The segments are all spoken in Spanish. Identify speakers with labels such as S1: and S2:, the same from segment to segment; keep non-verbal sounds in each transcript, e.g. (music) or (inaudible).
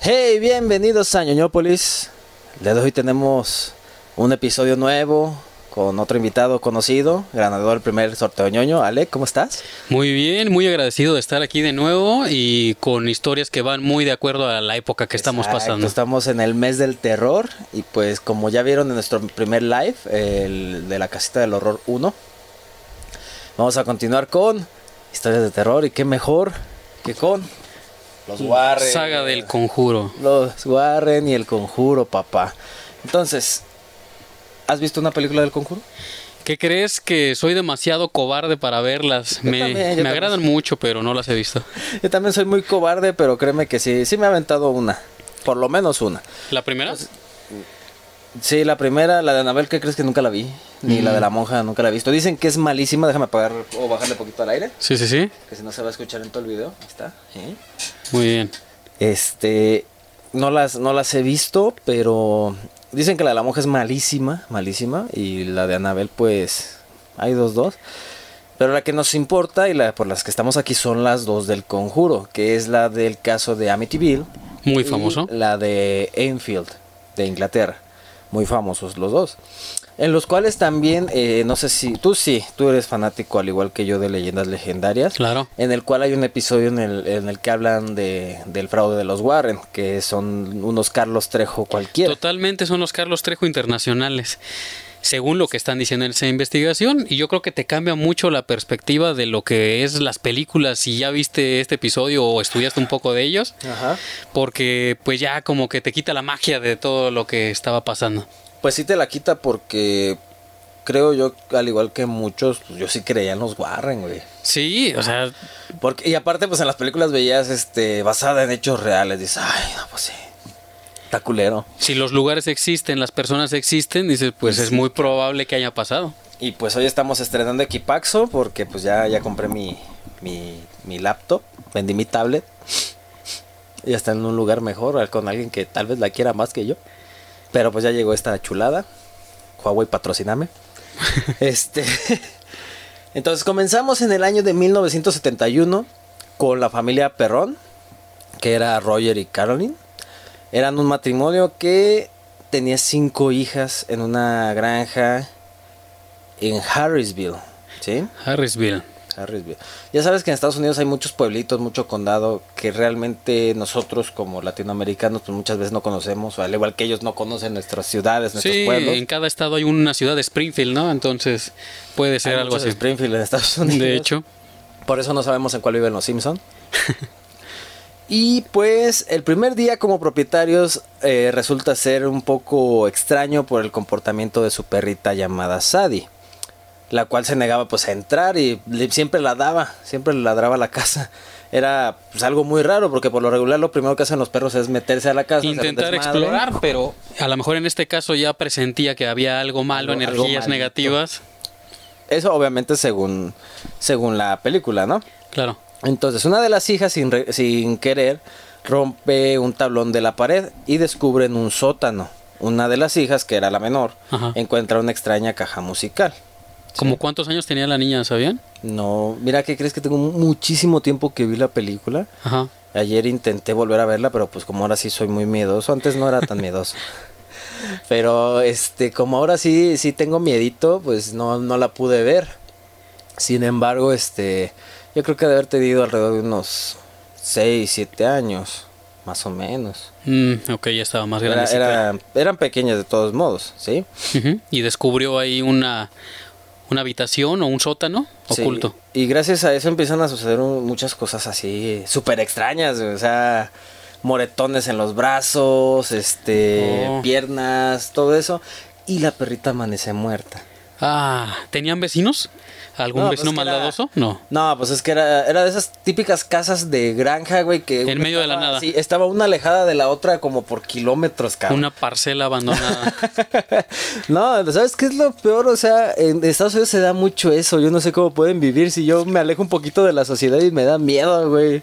S1: Hey, bienvenidos a Ñoñópolis. El día de hoy tenemos un episodio nuevo con otro invitado conocido, ganador del primer sorteo Ñoño. Ale, ¿cómo estás?
S2: Muy bien, muy agradecido de estar aquí de nuevo y con historias que van muy de acuerdo a la época que estamos
S1: Exacto,
S2: pasando.
S1: Estamos en el mes del terror y pues como ya vieron en nuestro primer live, el de la casita del horror 1, vamos a continuar con historias de terror y qué mejor que con los Warren.
S2: Mm, Saga del conjuro.
S1: Los Warren y el conjuro, papá. Entonces, ¿has visto una película del conjuro?
S2: ¿Qué crees que soy demasiado cobarde para verlas?
S1: Yo
S2: me
S1: también, yo
S2: me
S1: también.
S2: agradan mucho, pero no las he visto.
S1: Yo también soy muy cobarde, pero créeme que sí, sí me he aventado una. Por lo menos una.
S2: ¿La primera?
S1: Pues, Sí, la primera, la de Anabel, ¿qué crees que nunca la vi? Ni la de la monja, nunca la he visto. Dicen que es malísima, déjame apagar o bajarle poquito al aire,
S2: Sí, sí, sí.
S1: que si no se va a escuchar en todo el video. Ahí está. ¿eh?
S2: Muy bien.
S1: Este, no las, no las he visto, pero dicen que la de la monja es malísima, malísima, y la de Anabel, pues, hay dos, dos. Pero la que nos importa y la por las que estamos aquí son las dos del conjuro, que es la del caso de Amityville.
S2: Muy
S1: y
S2: famoso.
S1: La de Enfield, de Inglaterra. Muy famosos los dos. En los cuales también, eh, no sé si, tú sí, tú eres fanático al igual que yo de leyendas legendarias
S2: Claro.
S1: en el cual hay un episodio en el, en el que hablan de, del fraude de los Warren, que son unos Carlos Trejo cualquiera.
S2: Totalmente son los Carlos Trejo internacionales, según lo que están diciendo en esa investigación. Y yo creo que te cambia mucho la perspectiva de lo que es las películas. Si ya viste este episodio o estudiaste un poco de ellos,
S1: Ajá.
S2: porque pues ya como que te quita la magia de todo lo que estaba pasando.
S1: Pues sí te la quita porque creo yo, al igual que muchos, pues yo sí creía en los Warren, güey.
S2: Sí, o sea,
S1: Porque, y aparte, pues en las películas veías este basada en hechos reales. Dices, ay, no, pues sí. Está culero.
S2: si los lugares existen, las personas existen, dices, pues es muy probable que haya pasado.
S1: Y pues hoy estamos estrenando Equipaxo porque pues ya, ya compré mi, mi, mi laptop, vendí mi tablet. Y está en un lugar mejor, con alguien que tal vez la quiera más que yo. Pero pues ya llegó esta chulada. Huawei patrociname. este. (laughs) Entonces comenzamos en el año de 1971 con la familia Perrón, que era Roger y Caroline. Eran un matrimonio que tenía cinco hijas en una granja en Harrisville, ¿sí?
S2: Harrisville.
S1: Harrisville. Ya sabes que en Estados Unidos hay muchos pueblitos, mucho condado que realmente nosotros como latinoamericanos pues muchas veces no conocemos, o al igual que ellos no conocen nuestras ciudades, nuestros
S2: Sí,
S1: pueblos.
S2: en cada estado hay una ciudad de Springfield, ¿no? Entonces puede
S1: Hay
S2: ser algo
S1: muchos
S2: así.
S1: Springfield en Estados Unidos.
S2: De hecho,
S1: Por eso no sabemos en cuál viven los Simpson. y pues el primer día como propietarios eh, resulta ser un poco extraño por el comportamiento de su perrita llamada Sadie. La cual se negaba pues a entrar y le- siempre la daba, siempre le ladraba a la casa. Era pues, algo muy raro porque por lo regular lo primero que hacen los perros es meterse a la casa. hacer
S2: intentar
S1: desmadre.
S2: explorar, pero a lo mejor en este caso ya presentía que había algo malo,
S1: Algo- algo
S2: energías
S1: malito.
S2: negativas.
S1: Eso obviamente según, según la película, ¿no?
S2: Claro.
S1: Entonces, una de las hijas, sin, re- sin querer, rompe un tablón de la pared y descubren un sótano. Una de las hijas, que era la menor,
S2: Ajá.
S1: encuentra una extraña caja musical.
S2: ¿Como cuántos años tenía la niña, sabían?
S1: No, mira que crees que tengo muchísimo tiempo que vi la película.
S2: Ajá.
S1: Ayer intenté volver a verla, pero pues como ahora sí soy muy miedoso. Antes no era tan miedoso. Pero este, como ahora sí, sí tengo miedito, pues no, no la pude ver. Sin embargo, este, yo creo que de haber tenido alrededor de unos 6, 7 años, más o menos.
S2: Mm, ok, ya estaba más
S1: Era-
S2: grande.
S1: eran- eran pequeñas de todos modos, ¿sí?
S2: Ujú, Y descubrió ahí una, una habitación o un sótano
S1: Sí,
S2: oculto.
S1: Y gracias a eso empiezan a suceder un- muchas cosas así súper extrañas, güey, o sea, moretones en los brazos, este,
S2: Oh.
S1: piernas, todo eso. Y la perrita amanece muerta.
S2: Ah, ¿tenían vecinos? ¿Algún
S1: No, pues
S2: vecino
S1: es que era-
S2: maldadoso? No.
S1: No, pues es que era, era de esas típicas casas de granja, güey, que...
S2: En medio de la
S1: estaba-
S2: nada.
S1: Sí, estaba una alejada de la otra como por kilómetros, cabrón.
S2: Una
S1: (laughs)
S2: parcela abandonada.
S1: No, pues, ¿sabes qué es lo peor? O sea, en Estados Unidos se da mucho eso. Yo no sé cómo pueden vivir si yo me alejo un poquito de la sociedad y me da miedo, güey.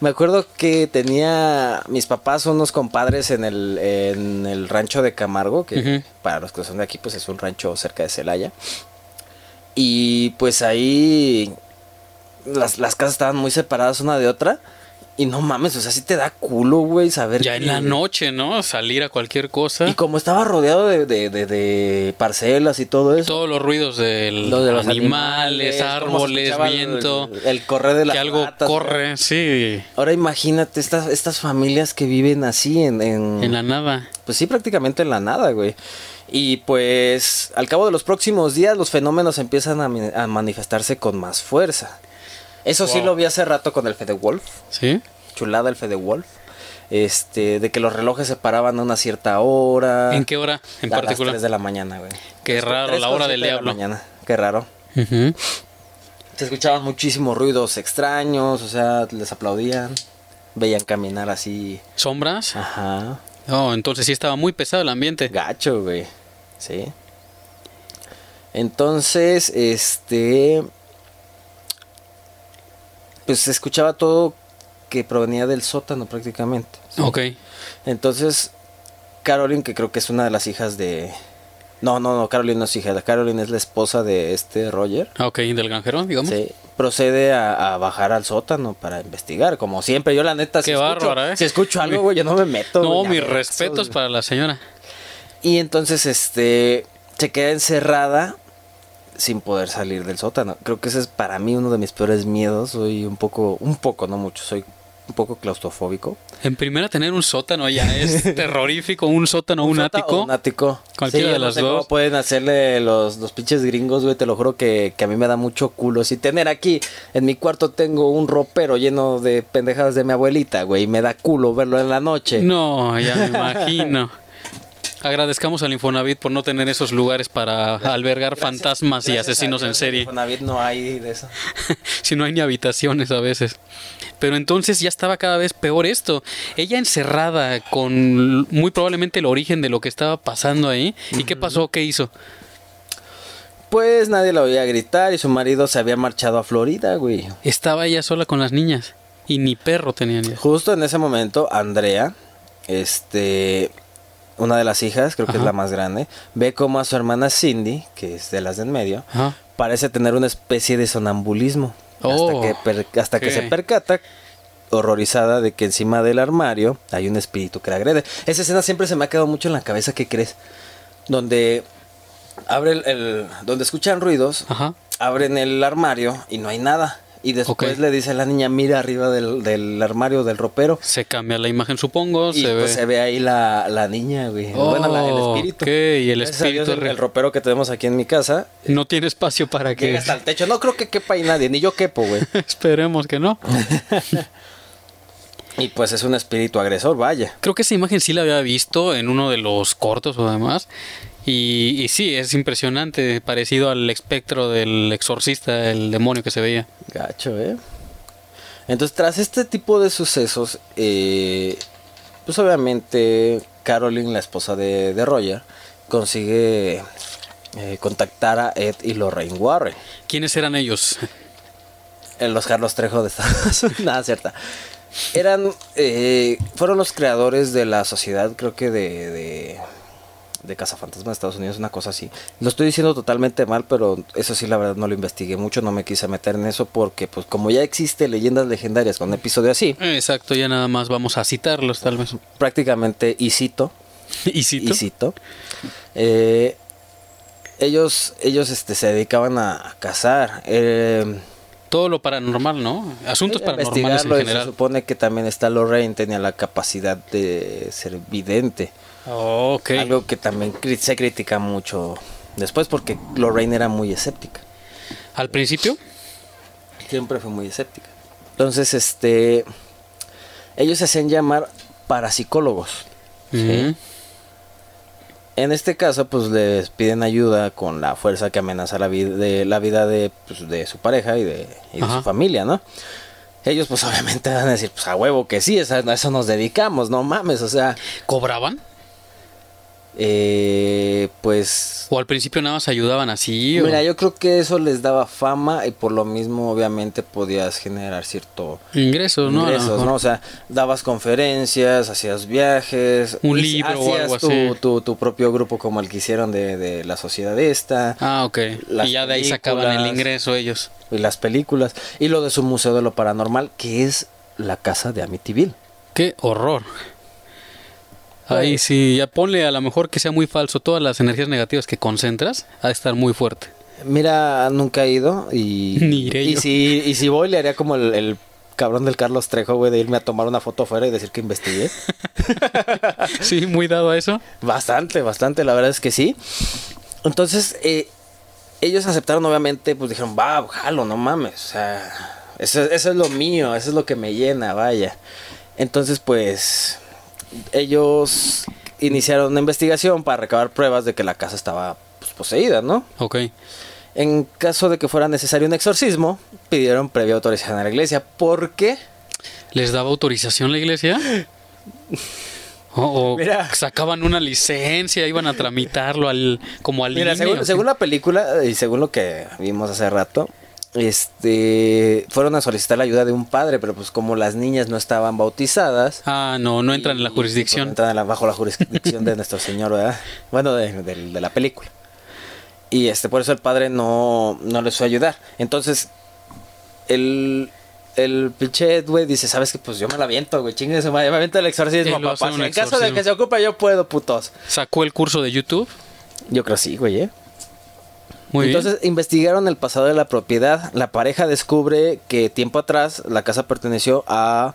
S1: Me acuerdo que tenía mis papás, unos compadres en el, en el rancho de Camargo, que
S2: Ujú.
S1: para los que son de aquí, pues es un rancho cerca de Celaya. Y pues ahí las, las casas estaban muy separadas una de otra. Y no mames, o sea, sí te da culo, güey, saber.
S2: Ya
S1: que-
S2: en la noche, ¿no? Salir a cualquier cosa.
S1: Y como estaba rodeado de, de- de- de parcelas y todo eso.
S2: Todos los ruidos del,
S1: lo de los
S2: animales,
S1: cómo se
S2: árboles,
S1: escuchaba el-
S2: viento,
S1: El, correr de las
S2: que algo
S1: ratas, güey.
S2: corre, sí,
S1: Ahora imagínate estas, estas familias que viven así en, en-
S2: en la nada.
S1: Pues sí, prácticamente en la nada, güey. Y pues al cabo de los próximos días los fenómenos empiezan a, mi- a manifestarse con más fuerza. Eso sí
S2: Wow.
S1: lo vi hace rato con el Fede Wolf.
S2: ¿Sí?
S1: Chulada el Fede Wolf. Este, de que los relojes se paraban a una cierta hora.
S2: ¿En qué hora en
S1: Ah, a
S2: particular?
S1: las 3 de la mañana, güey.
S2: Qué raro,
S1: 3
S2: la
S1: con
S2: hora
S1: 7
S2: del
S1: de la
S2: diablo.
S1: mañana. Qué raro.
S2: Ujú.
S1: Se escuchaban muchísimos ruidos extraños, o sea, les aplaudían. Veían caminar así.
S2: ¿Sombras?
S1: Ah. Ajá.
S2: No, entonces sí estaba muy pesado el ambiente.
S1: Gacho, güey. Sí. Entonces, este. Pues se escuchaba todo que provenía del sótano prácticamente. ¿sí?
S2: Ok.
S1: Entonces, Caroline, que creo que es una de las hijas de. No, no, no, Caroline no es hija. Caroline es la esposa de este Roger.
S2: Ah, Ok, del granjero, digamos.
S1: Sí, procede a, a bajar al sótano para investigar, como siempre. Yo, la neta, si,
S2: Qué bárbara,
S1: escucho,
S2: ¿eh?
S1: si escucho algo, güey, yo no me meto.
S2: No,
S1: güey, a
S2: mis
S1: ver,
S2: respetos
S1: eso, güey.
S2: para la señora.
S1: Y entonces, este, se queda encerrada sin poder salir del sótano. Creo que ese es para mí uno de mis peores miedos. Soy un poco, un poco, no mucho, soy un poco claustrofóbico.
S2: En primera, tener un sótano ya
S1: (laughs)
S2: es terrorífico, un sótano, un,
S1: sótano o
S2: ático.
S1: Un ático. Sí,
S2: Cualquiera de
S1: yo no
S2: las
S1: sé cómo
S2: dos.
S1: pueden hacerle los, los pinches gringos, güey. Te lo juro que, que a mí me da mucho culo. Si tener aquí, en mi cuarto tengo un ropero lleno de pendejadas de mi abuelita, güey. Y me da culo verlo en la noche.
S2: No, ya me imagino. Agradezcamos al Infonavit por no tener esos lugares para albergar fantasmas y
S1: Gracias a
S2: asesinos
S1: Dios,
S2: en serie.
S1: Infonavit no hay de eso.
S2: si no hay ni habitaciones a veces. Pero entonces ya estaba cada vez peor esto. Ella encerrada con l- muy probablemente el origen de lo que estaba pasando ahí. ¿Y qué pasó? ¿Qué hizo?
S1: Pues nadie la oía gritar y su marido se había marchado a Florida, güey.
S2: Estaba ella sola con las niñas. Y ni perro tenían ya.
S1: Justo en ese momento, Andrea, este, una de las hijas, creo que es
S2: Ajá.
S1: la más grande, ve como a su hermana Cindy, que es de las de en medio,
S2: Ajá.
S1: parece tener una especie de sonambulismo.
S2: Oh,
S1: hasta que, per- hasta que
S2: ok.
S1: se percata, horrorizada, de que encima del armario hay un espíritu que la agrede. Esa escena siempre se me ha quedado mucho en la cabeza, ¿qué crees? Donde abre el, el- donde escuchan ruidos,
S2: Ajá.
S1: abren el armario y no hay nada. Y después
S2: Ok.
S1: le dice a la niña, mira arriba del, del armario, del ropero.
S2: Se cambia la imagen, supongo.
S1: Y
S2: se
S1: pues
S2: ve.
S1: se ve ahí la, la niña, güey.
S2: Oh,
S1: bueno, la- el espíritu.
S2: ok, y el
S1: Gracias a Dios,
S2: espíritu
S1: el-
S2: re-
S1: el ropero que tenemos aquí en mi casa
S2: No tiene espacio para que.
S1: Llega hasta el techo. No creo que quepa ahí nadie, ni yo quepo, güey.
S2: (laughs) Esperemos que no.
S1: (laughs) Y pues es un espíritu agresor, vaya.
S2: Creo que esa imagen sí la había visto en uno de los cortos o demás. Y, y sí, es impresionante, parecido al espectro del exorcista, el demonio que se veía.
S1: Gacho, ¿eh? Entonces, tras este tipo de sucesos, eh, pues obviamente Caroline, la esposa de, de Roger, consigue eh, contactar a Ed y Lorraine Warren.
S2: ¿Quiénes eran ellos? (laughs)
S1: En los Carlos Trejo de Estados Unidos. (laughs) Nada, cierta. Eran, eh, fueron los creadores de la sociedad, creo que de, de, de Cazafantasmas de Estados Unidos, una cosa así. Lo estoy diciendo totalmente mal, pero eso sí, la verdad, no lo investigué mucho, no me quise meter en eso, porque pues como ya existe Leyendas Legendarias con un episodio así,
S2: Exacto, ya nada más vamos a citarlos tal vez. (laughs)
S1: prácticamente, y cito,
S2: ¿Y cito?
S1: y cito, eh, ellos, ellos este, se dedicaban a, a cazar. eh,
S2: Todo lo paranormal, ¿no? Asuntos
S1: Eh,
S2: paranormales en
S1: investigarlo, y Se
S2: general.
S1: supone que también está Lorraine tenía la capacidad de ser vidente.
S2: Ok.
S1: Algo que también cri- se critica mucho después porque Lorraine era muy escéptica.
S2: Al principio,
S1: Siempre fue muy escéptica. Entonces, este, ellos se hacían llamar parapsicólogos.
S2: ujú,
S1: En este caso, pues les piden ayuda con la fuerza que amenaza la, vi- de, la vida de, pues, de su pareja y de, y de
S2: Ajá.
S1: su familia, ¿no? Ellos, pues (laughs) obviamente van a decir, pues a huevo que sí, esa- a eso nos dedicamos, no mames, o sea,
S2: ¿cobraban?
S1: Eh, pues.
S2: ¿O al principio nada más ayudaban así? o-
S1: Mira, yo creo que eso les daba fama y por lo mismo, obviamente, podías generar cierto.
S2: Ingresos, ¿no? A lo
S1: ingresos,
S2: mejor.
S1: ¿no? O sea, dabas conferencias, hacías viajes.
S2: Un
S1: hic-
S2: libro o
S1: hacías
S2: algo
S1: tu,
S2: así.
S1: Tu, tu propio grupo como el que hicieron de, de la sociedad esta.
S2: Ah, ok.
S1: Las
S2: Y ya de ahí sacaban el
S1: películas.
S2: ingreso ellos.
S1: Y las películas. Y lo de su museo de lo paranormal, que es La casa de Amityville.
S2: Qué horror.
S1: Pues
S2: Ahí sí, ya ponle a lo mejor que sea muy falso. Todas las energías negativas que concentras, ha de estar
S1: (laughs)
S2: muy fuerte.
S1: Mira, nunca he ido y.
S2: (laughs) Ni iré
S1: y
S2: yo.
S1: si, y si voy, le haría como el, el cabrón del Carlos Trejo, güey, de irme a tomar una foto afuera y decir que investigué.
S2: Sí, muy dado a eso.
S1: Bastante, bastante, la verdad es que sí. Entonces, eh, ellos aceptaron, obviamente, pues dijeron, va, jalo, no mames. O sea, eso, eso es lo mío, eso es lo que me llena, vaya. Entonces, pues, ellos iniciaron una investigación para recabar pruebas de que la casa estaba pues, poseída, ¿no?
S2: Ok.
S1: En caso de que fuera necesario un exorcismo, pidieron previa autorización a la iglesia. ¿Por qué?
S2: ¿Les daba autorización la iglesia? O, o
S1: Mira.
S2: sacaban una licencia, iban a tramitarlo al, como al
S1: Mira,
S2: INE, ¿o
S1: según,
S2: qué?
S1: según la película y según lo que vimos hace rato, este, fueron a solicitar la ayuda de un padre, pero pues como las niñas no estaban bautizadas,
S2: Ah, no, no entran en la
S1: y,
S2: jurisdicción.
S1: pues, no entran en la- bajo la jurisdicción de nuestro señor, ¿verdad? Bueno, de, del- de la película. Y este, por eso el padre no, no les fue a ayudar. Entonces, el, el pinche Ed, güey, dice, ¿sabes qué? Pues yo me la aviento, güey, chingue su madre, me aviento el exorcismo,
S2: Él va a
S1: papá.
S2: hacer
S1: Si
S2: un
S1: en caso de
S2: exorcismo.
S1: que se ocupe, yo puedo, putos.
S2: Sacó el curso de YouTube.
S1: Yo creo sí, güey, ¿eh?
S2: Muy
S1: Entonces investigaron el pasado de la propiedad. La pareja descubre que tiempo atrás la casa perteneció a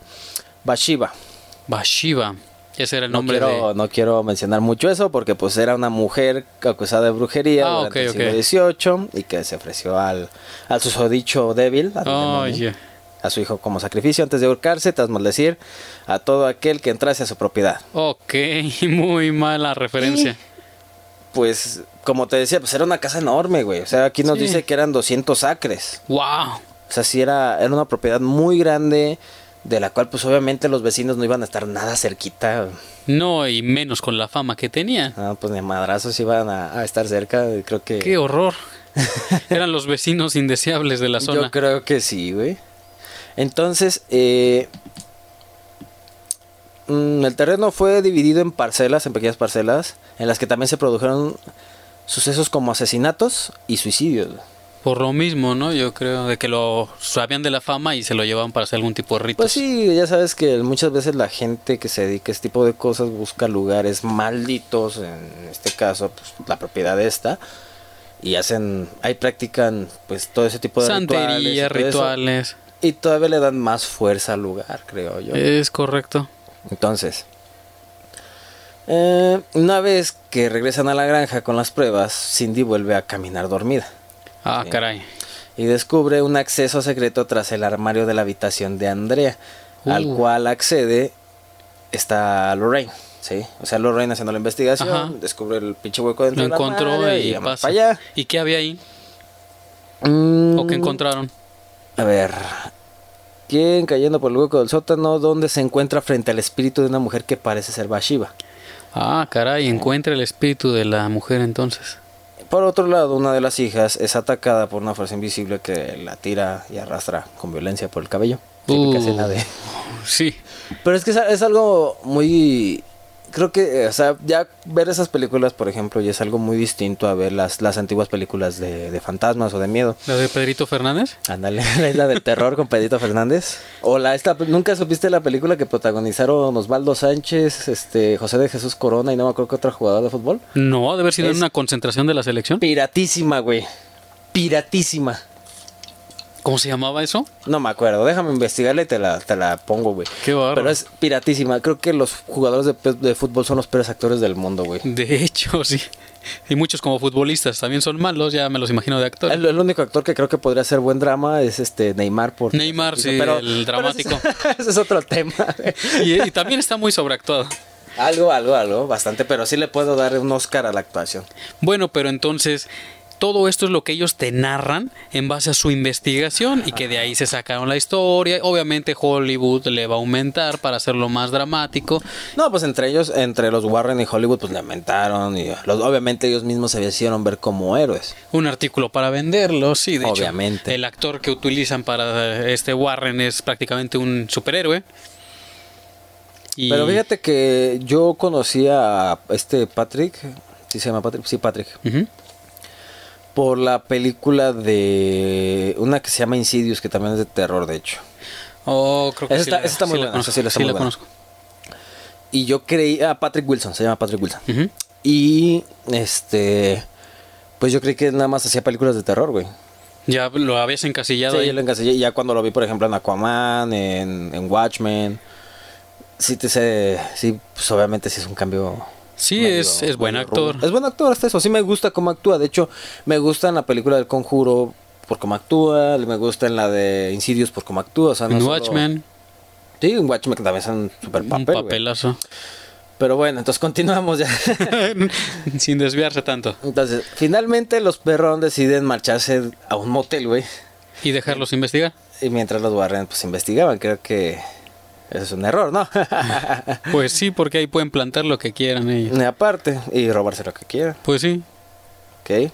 S1: Bathsheba.
S2: bien. Bathsheba. Ese era el
S1: No
S2: nombre
S1: quiero,
S2: de...
S1: no quiero mencionar mucho eso porque pues era una mujer acusada de brujería
S2: Ah,
S1: durante
S2: ok,
S1: el siglo XVIII y que se ofreció al, al susodicho débil, al demonio,
S2: Oye.
S1: a su hijo como sacrificio antes de ahorcarse, tras maldecir a todo aquel que entrase a su propiedad.
S2: Ok, (laughs) muy mala referencia.
S1: Pues como te decía, pues era una casa enorme, güey. O sea, aquí nos
S2: Sí.
S1: dice que eran 200 acres.
S2: Wow.
S1: O sea, sí era, era una propiedad muy grande, de la cual pues obviamente los vecinos no iban a estar nada cerquita.
S2: No, y menos con la fama que tenía.
S1: No, pues ni a madrazos iban a, a estar cerca. Creo que... (laughs)
S2: Qué horror. Eran los vecinos indeseables de la
S1: Yo
S2: zona.
S1: creo que sí, güey. Entonces, eh, mm, el terreno fue dividido en parcelas, en pequeñas parcelas, en las que también se produjeron sucesos como asesinatos y suicidios.
S2: Por lo mismo, ¿no? Yo creo de que lo sabían de la fama y se lo llevaban para hacer algún tipo de ritos.
S1: Pues sí, ya sabes que muchas veces la gente que se dedica a este tipo de cosas busca lugares malditos, en este caso, pues, la propiedad esta, y hacen, ahí practican pues todo ese tipo de
S2: Santería,
S1: rituales. y todo eso,
S2: rituales.
S1: Y todavía le dan más fuerza al lugar, creo yo.
S2: Es correcto.
S1: Entonces, eh, una vez que regresan a la granja con las pruebas, Cindy vuelve a caminar dormida
S2: Ah,
S1: Sí.
S2: caray.
S1: y descubre un acceso secreto tras el armario de la habitación de Andrea, al
S2: Uh.
S1: cual accede está Lorraine. Sí, o sea, Lorraine haciendo la investigación,
S2: Ajá.
S1: descubre el pinche hueco dentro
S2: Lo
S1: del
S2: encontró
S1: armario
S2: y
S1: vamos
S2: pasa.
S1: para allá.
S2: ¿Y qué había ahí? ¿O
S1: Mm,
S2: qué encontraron?
S1: A ver. ¿Quién cayendo por el hueco del sótano donde se encuentra frente al espíritu de una mujer que parece ser Bathsheba?
S2: Ah, caray, encuentra el espíritu de la mujer entonces.
S1: Por otro lado, una de las hijas es atacada por una fuerza invisible que la tira y arrastra con violencia por el cabello. Típica
S2: Uh.
S1: escena de-
S2: Sí,
S1: Pero es que es, es algo muy... Creo que, eh, o sea, ya ver esas películas, por ejemplo, ya es algo muy distinto a ver las, las antiguas películas de, de fantasmas o de miedo.
S2: la de Pedrito Fernández.
S1: Ándale, (laughs) la isla del terror con Pedrito Fernández. O la esta, ¿nunca supiste la película que protagonizaron Osvaldo Sánchez, este, José de Jesús Corona y no me acuerdo que otra jugadora de fútbol?
S2: No, ha de haber sido
S1: Es-
S2: en una concentración de la selección.
S1: Piratísima, güey. Piratísima.
S2: ¿Cómo se llamaba eso?
S1: No me acuerdo, déjame investigarla y te la, te la pongo, güey.
S2: Qué bárbaro.
S1: Pero es piratísima. Creo que los jugadores de, pe- de fútbol son los peores actores del mundo, güey.
S2: De hecho, (laughs) sí. Y muchos como futbolistas también son malos, ya me los imagino
S1: (laughs)
S2: de actor.
S1: El, el único actor que creo que podría hacer buen drama es este Neymar. Por,
S2: Neymar, sí, el dramático.
S1: ese, es- (laughs) ese es otro tema. güey.
S2: Y, y también está muy sobreactuado.
S1: algo, algo, algo, bastante. Pero sí le puedo dar un Oscar a la actuación.
S2: Bueno, pero entonces todo esto es lo que ellos te narran en base a su investigación y que de ahí se sacaron la historia. Obviamente Hollywood le va a aumentar para hacerlo más dramático.
S1: No, pues entre ellos, entre los Warren y Hollywood, pues lamentaron. Y los, obviamente ellos mismos se hicieron ver como héroes.
S2: Un artículo para venderlo, sí, de hecho,
S1: Obviamente.
S2: el actor que utilizan para eh, este Warren es prácticamente un superhéroe. Y-
S1: Pero fíjate que yo conocía a este Patrick. Sí, se llama Patrick. Sí, Patrick.
S2: Ujú.
S1: Por la película de. Una que se llama Insidious, que también es de terror, de hecho.
S2: Oh, creo que
S1: Esa
S2: sí
S1: está-
S2: la-
S1: esa está muy
S2: la
S1: buena,
S2: conozco.
S1: esa sí la está muy
S2: la
S1: buena.
S2: conozco.
S1: Y yo creí. Ah, Patrick Wilson, se llama Patrick Wilson.
S2: Ujú.
S1: Y este. Pues yo creí que nada más hacía películas de terror, güey.
S2: Ya lo habías encasillado
S1: Sí,
S2: ahí.
S1: yo lo encasillé. Y Ya cuando lo vi, por ejemplo, en Aquaman, en, en Watchmen. Sí, te sé. Sí, pues obviamente sí es un cambio.
S2: Sí,
S1: medio-
S2: es, es buen
S1: medio
S2: actor.
S1: rudo. Es buen actor, hasta eso. Sí, me gusta cómo actúa. De hecho, me gusta en la película del Conjuro por cómo actúa. Me gusta en la de Insidious por cómo actúa. O sea, no
S2: En
S1: solo-
S2: Watchmen,
S1: Sí, en Watchmen que también es un super
S2: un
S1: papel. güey. (laughs)
S2: papelazo. (laughs)
S1: Pero bueno, entonces continuamos ya.
S2: Sin desviarse tanto.
S1: Entonces, finalmente los perrón deciden marcharse a un motel, güey.
S2: Y dejarlos investigar.
S1: Y mientras los Warren pues investigaban, creo que eso es un error,
S2: (laughs)
S1: ¿no?
S2: Pues sí, porque ahí pueden plantar lo que quieran ellos.
S1: Y Aparte, y robarse lo que quieran,
S2: Pues sí.
S1: ¿ok?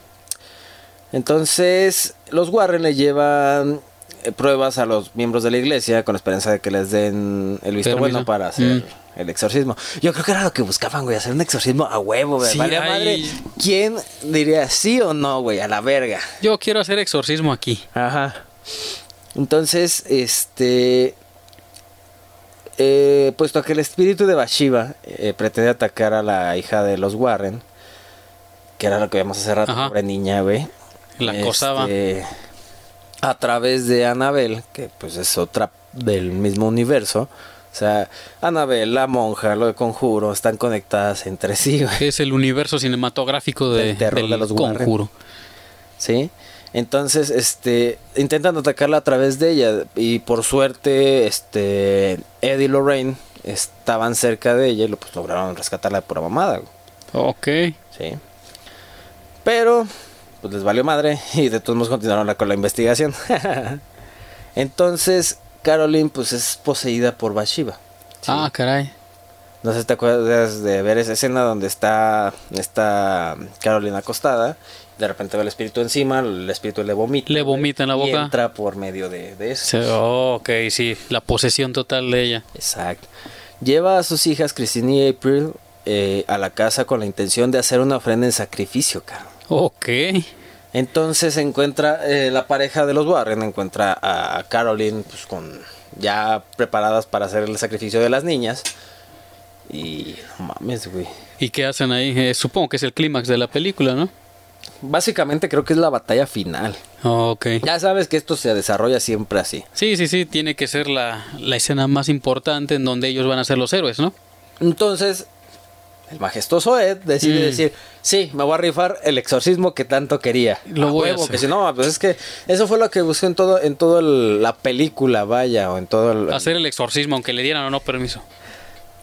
S1: Entonces, los Warren le llevan eh, pruebas a los miembros de la iglesia con esperanza de que les den el visto
S2: Permiso.
S1: bueno para hacer
S2: Mm.
S1: el exorcismo. Yo creo que era lo que buscaban, güey, hacer un exorcismo a huevo, güey.
S2: Sí,
S1: vale
S2: ay.
S1: madre. ¿Quién diría sí o no, güey? A la verga.
S2: Yo quiero hacer exorcismo aquí.
S1: Ajá. Entonces, este. eh, puesto que el espíritu de Bathsheba eh, pretende atacar a la hija de los Warren, que era lo que vimos hace rato,
S2: Ajá.
S1: pobre niña, güey.
S2: La acosaba.
S1: Este, A través de Anabel, que pues es otra del mismo universo. O sea, Anabel, la monja, lo de conjuro, están conectadas entre sí, güey.
S2: Es el universo cinematográfico de,
S1: Del terror
S2: del
S1: de los Warren.
S2: conjuro.
S1: ¿sí? Entonces, este, intentan atacarla a través de ella y por suerte, este, Eddie y Lorraine estaban cerca de ella y lo- pues, lograron rescatarla de pura mamada, güey,
S2: Ok.
S1: ¿sí? Pero, pues les valió madre y de todos modos continuaron la- con la investigación. (laughs) Entonces, Caroline, pues es poseída por Bathsheba. ¿sí?
S2: Ah, caray.
S1: No sé si te acuerdas de ver esa escena donde está, está Carolina acostada. De repente ve el espíritu encima, el espíritu le vomita.
S2: Le vomita en la
S1: Y
S2: boca.
S1: entra por medio de, de eso.
S2: Se- oh, ok, sí. La posesión total de ella.
S1: Exacto. Lleva a sus hijas, Christine y April, eh, a la casa con la intención de hacer una ofrenda en sacrificio, caro.
S2: Ok.
S1: Entonces encuentra eh, la pareja de los Warren, encuentra a Caroline pues, con ya preparadas para hacer el sacrificio de las niñas. Y no mames, güey.
S2: ¿Y qué hacen ahí? Eh, supongo que es el clímax de la película, ¿no?
S1: Básicamente creo que es la batalla final.
S2: Ok.
S1: Ya sabes que esto se desarrolla siempre así.
S2: Sí, sí, sí. Tiene que ser la, la escena más importante en donde ellos van a ser los héroes, ¿no?
S1: Entonces, el majestuoso Ed decide
S2: Mm.
S1: decir, sí, me voy a rifar el exorcismo que tanto quería.
S2: Lo voy a hacer.
S1: Que si no, pues es que eso fue lo que busqué en todo en toda la película, vaya, o en todo el...
S2: Hacer el exorcismo, aunque le dieran o no permiso.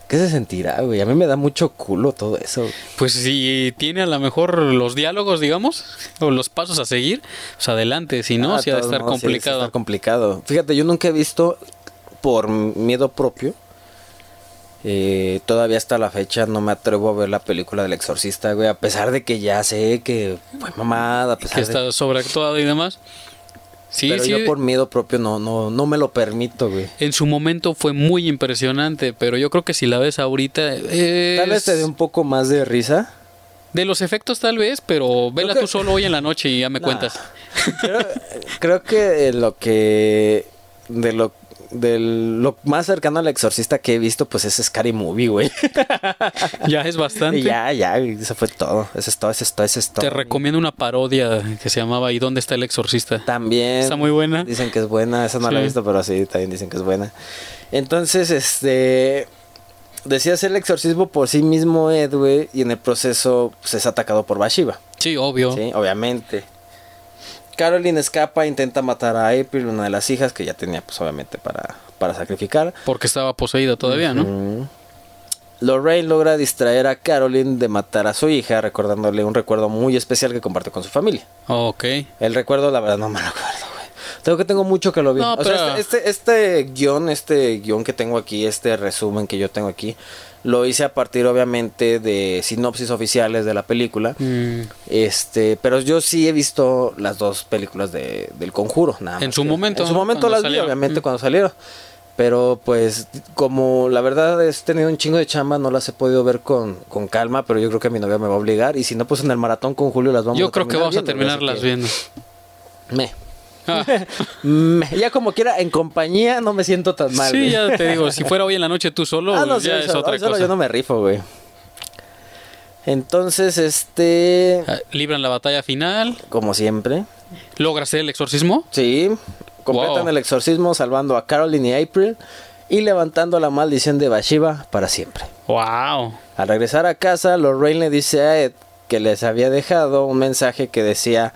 S1: ¿Qué se sentirá, güey? A mí me da mucho culo todo eso. güey.
S2: Pues si tiene a lo mejor los diálogos, digamos, o los pasos a seguir, pues adelante, si no,
S1: Ah,
S2: si ha de
S1: todos
S2: estar
S1: modos, sí, ha de
S2: complicado.
S1: estar complicado. Fíjate, yo nunca he visto por miedo propio. eh, todavía hasta la fecha no me atrevo a ver la película del exorcista, güey. A pesar de que ya sé que fue mamada, a pesar
S2: que
S1: de-
S2: está sobreactuado y demás. Sí,
S1: pero
S2: sí. eh.
S1: yo por miedo propio no, no, no me lo permito, güey.
S2: En su momento fue muy impresionante, pero yo creo que si la ves ahorita. Es...
S1: Tal vez te dé un poco más de risa.
S2: De los efectos, tal vez, pero vela
S1: que-
S2: tú solo hoy en la noche y ya
S1: (laughs)
S2: me
S1: Nah.
S2: cuentas.
S1: Creo, creo que lo que. De lo, del- lo más cercano al exorcista que he visto, pues es Scary Movie, güey.
S2: Ya es bastante.
S1: Y ya, ya, güey, eso fue todo. Eso es todo, eso es todo, eso es todo.
S2: Te recomiendo una parodia que se llamaba ¿Y dónde está el exorcista?
S1: También.
S2: Está muy buena.
S1: Dicen que es buena, esa no la he
S2: Sí.
S1: visto, pero sí, también dicen que es buena. Entonces, este. Decía hacer el exorcismo por sí mismo Ed, güey, y en el proceso pues, es atacado por Bathsheba.
S2: Sí, obvio.
S1: Sí, obviamente. Caroline escapa e intenta matar a April, una de las hijas que ya tenía, pues obviamente, para, para sacrificar.
S2: Porque estaba poseída todavía, ¿no?
S1: Mm. Lorraine logra distraer a Caroline de matar a su hija, recordándole un recuerdo muy especial que compartió con su familia.
S2: Ok.
S1: El recuerdo, la verdad, no me lo acuerdo, güey. Tengo que tengo mucho que lo vi.
S2: No,
S1: o sea,
S2: pero-
S1: este, este, este guión, este guión que tengo aquí, este resumen que yo tengo aquí, lo hice a partir, obviamente, de sinopsis oficiales de la película.
S2: Mm.
S1: Este, pero yo sí he visto las dos películas de, del Conjuro, nada
S2: En
S1: más
S2: su
S1: que-
S2: momento,
S1: En su momento
S2: cuando
S1: las vi,
S2: salieron.
S1: obviamente,
S2: Mm.
S1: cuando salieron. Pero pues, como la verdad he tenido un chingo de chamba, no las he podido ver con, con calma, pero yo creo que mi novia me va a obligar. Y si no, pues en el maratón con Julio las vamos
S2: Yo
S1: a
S2: creo que vamos a terminarlas
S1: bien
S2: viendo.
S1: Me.
S2: Ah,
S1: (laughs) Mm, ya como quiera, en compañía no me siento tan mal.
S2: sí,
S1: güey.
S2: ya te digo, si fuera hoy en la noche tú solo,
S1: (laughs) Ah, no,
S2: ya
S1: sí,
S2: es
S1: solo-
S2: otra
S1: solo
S2: cosa.
S1: yo no me rifo, güey. Entonces, este,
S2: Ah, Libran la batalla final,
S1: como siempre,
S2: logras el exorcismo.
S1: sí, completan
S2: Wow.
S1: el exorcismo salvando a Caroline y April y levantando la maldición de Bathsheba para siempre.
S2: Wow.
S1: Al regresar a casa, Lorraine le dice a Ed que les había dejado un mensaje que decía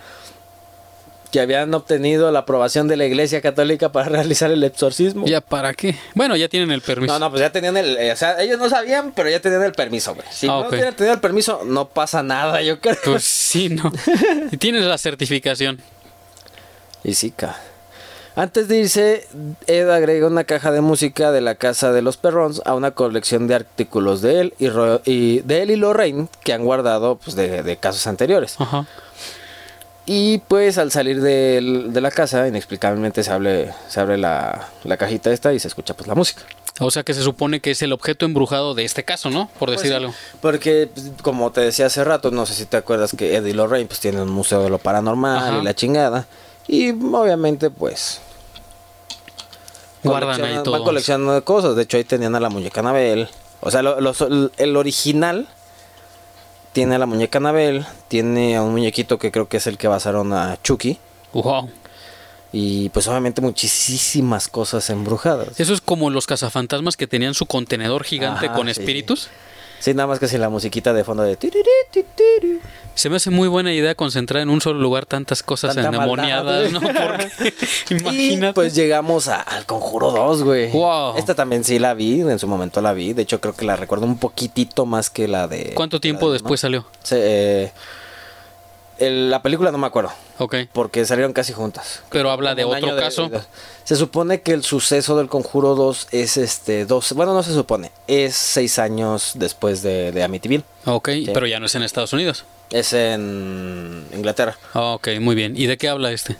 S1: que habían obtenido la aprobación de la Iglesia Católica para (laughs) realizar el exorcismo.
S2: ¿Ya para qué? Bueno, ya tienen el permiso.
S1: No, no, pues ya tenían el... eh, o sea, ellos no sabían, pero ya tenían el permiso, güey. Si
S2: Ah,
S1: no
S2: ok.
S1: hubieran tenido el permiso, no pasa nada, yo creo.
S2: Pues sí, no. Y tienes la certificación.
S1: Y sí, ca. Antes de irse, Ed agrega una caja de música de la casa de los perrons a una colección de artículos de él y, Ro- y- de él y Lorraine que han guardado pues, de, de casos anteriores.
S2: Ajá.
S1: Y pues al salir del- de la casa, inexplicablemente se abre, se abre la, la cajita esta y se escucha pues la música.
S2: O sea que se supone que es el objeto embrujado de este caso, ¿no? Por
S1: Pues
S2: decir
S1: sí,
S2: algo.
S1: Porque, pues, como te decía hace rato, no sé si te acuerdas que Eddie Lorraine pues tiene un museo de lo paranormal
S2: Ajá.
S1: y la chingada. Y obviamente pues...
S2: Guardan
S1: coleccionan-
S2: ahí
S1: Van
S2: todo.
S1: coleccionando de cosas. De hecho ahí tenían a la muñeca Anabel. O sea, lo- los- el original tiene a la muñeca Anabel. Tiene a un muñequito que creo que es el que basaron a Chucky.
S2: Wow.
S1: Y pues obviamente muchísimas cosas embrujadas.
S2: Eso es como los cazafantasmas que tenían su contenedor gigante
S1: Ajá,
S2: con
S1: Ah, sí.
S2: espíritus.
S1: Sí, nada más que sin la musiquita de fondo de... tirirí, tirirí.
S2: Se me hace muy buena idea concentrar en un solo lugar tantas cosas
S1: Tanta
S2: endemoniadas,
S1: (laughs) maldad,
S2: ¿no? Porque (laughs) imagínate.
S1: Y pues llegamos a- al Conjuro 2, güey.
S2: Wow.
S1: Esta también sí la vi, en su momento la vi. De hecho, creo que la recuerdo un poquitito más que la de.
S2: ¿Cuánto tiempo
S1: la de-
S2: después salió?
S1: ¿no? Se- eh, el- la película no me acuerdo,
S2: Ok.
S1: porque salieron casi juntas.
S2: Pero habla de
S1: Un
S2: otro
S1: año de-
S2: caso.
S1: de- se supone que el suceso del Conjuro 2 es este. Dos, bueno, no se supone. Es seis años después de, de Amityville.
S2: Ok, pero ya no es en Estados Unidos. Ah,
S1: Es en Inglaterra.
S2: Ok, muy bien. ¿Y de qué habla este?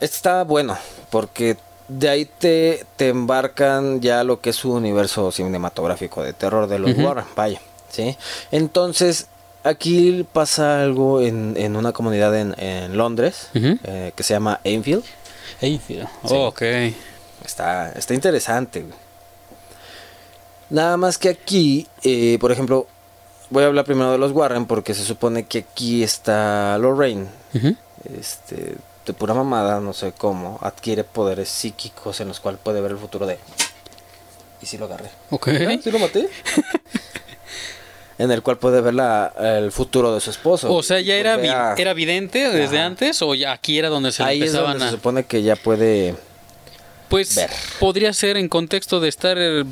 S1: Este está bueno, porque de ahí te, te embarcan ya lo que es su universo cinematográfico de terror de los
S2: Ujú.
S1: Warren, vaya, ¿sí? Entonces, aquí pasa algo en, en una comunidad en, en Londres,
S2: Ujú.
S1: eh, que se llama Enfield.
S2: Oh, Ok.
S1: Está, está interesante. güey. Nada más que aquí, eh, por ejemplo, voy a hablar primero de los Warren, porque se supone que aquí está Lorraine,
S2: Ujú.
S1: este, de pura mamada, no sé cómo, adquiere poderes psíquicos en los cuales puede ver el futuro de... Y si lo agarré.
S2: Ok.
S1: Ah, ¿Sí lo maté? en el cual puede ver la- el futuro de su esposo.
S2: O sea, ya
S1: Pues
S2: era,
S1: ve
S2: vi-
S1: a-
S2: era vidente desde
S1: Ajá.
S2: antes o ya aquí era donde se
S1: Ahí es
S2: empezaban
S1: donde
S2: a...
S1: se supone que ya puede...
S2: Pues
S1: ver.
S2: podría ser en contexto de estar eh,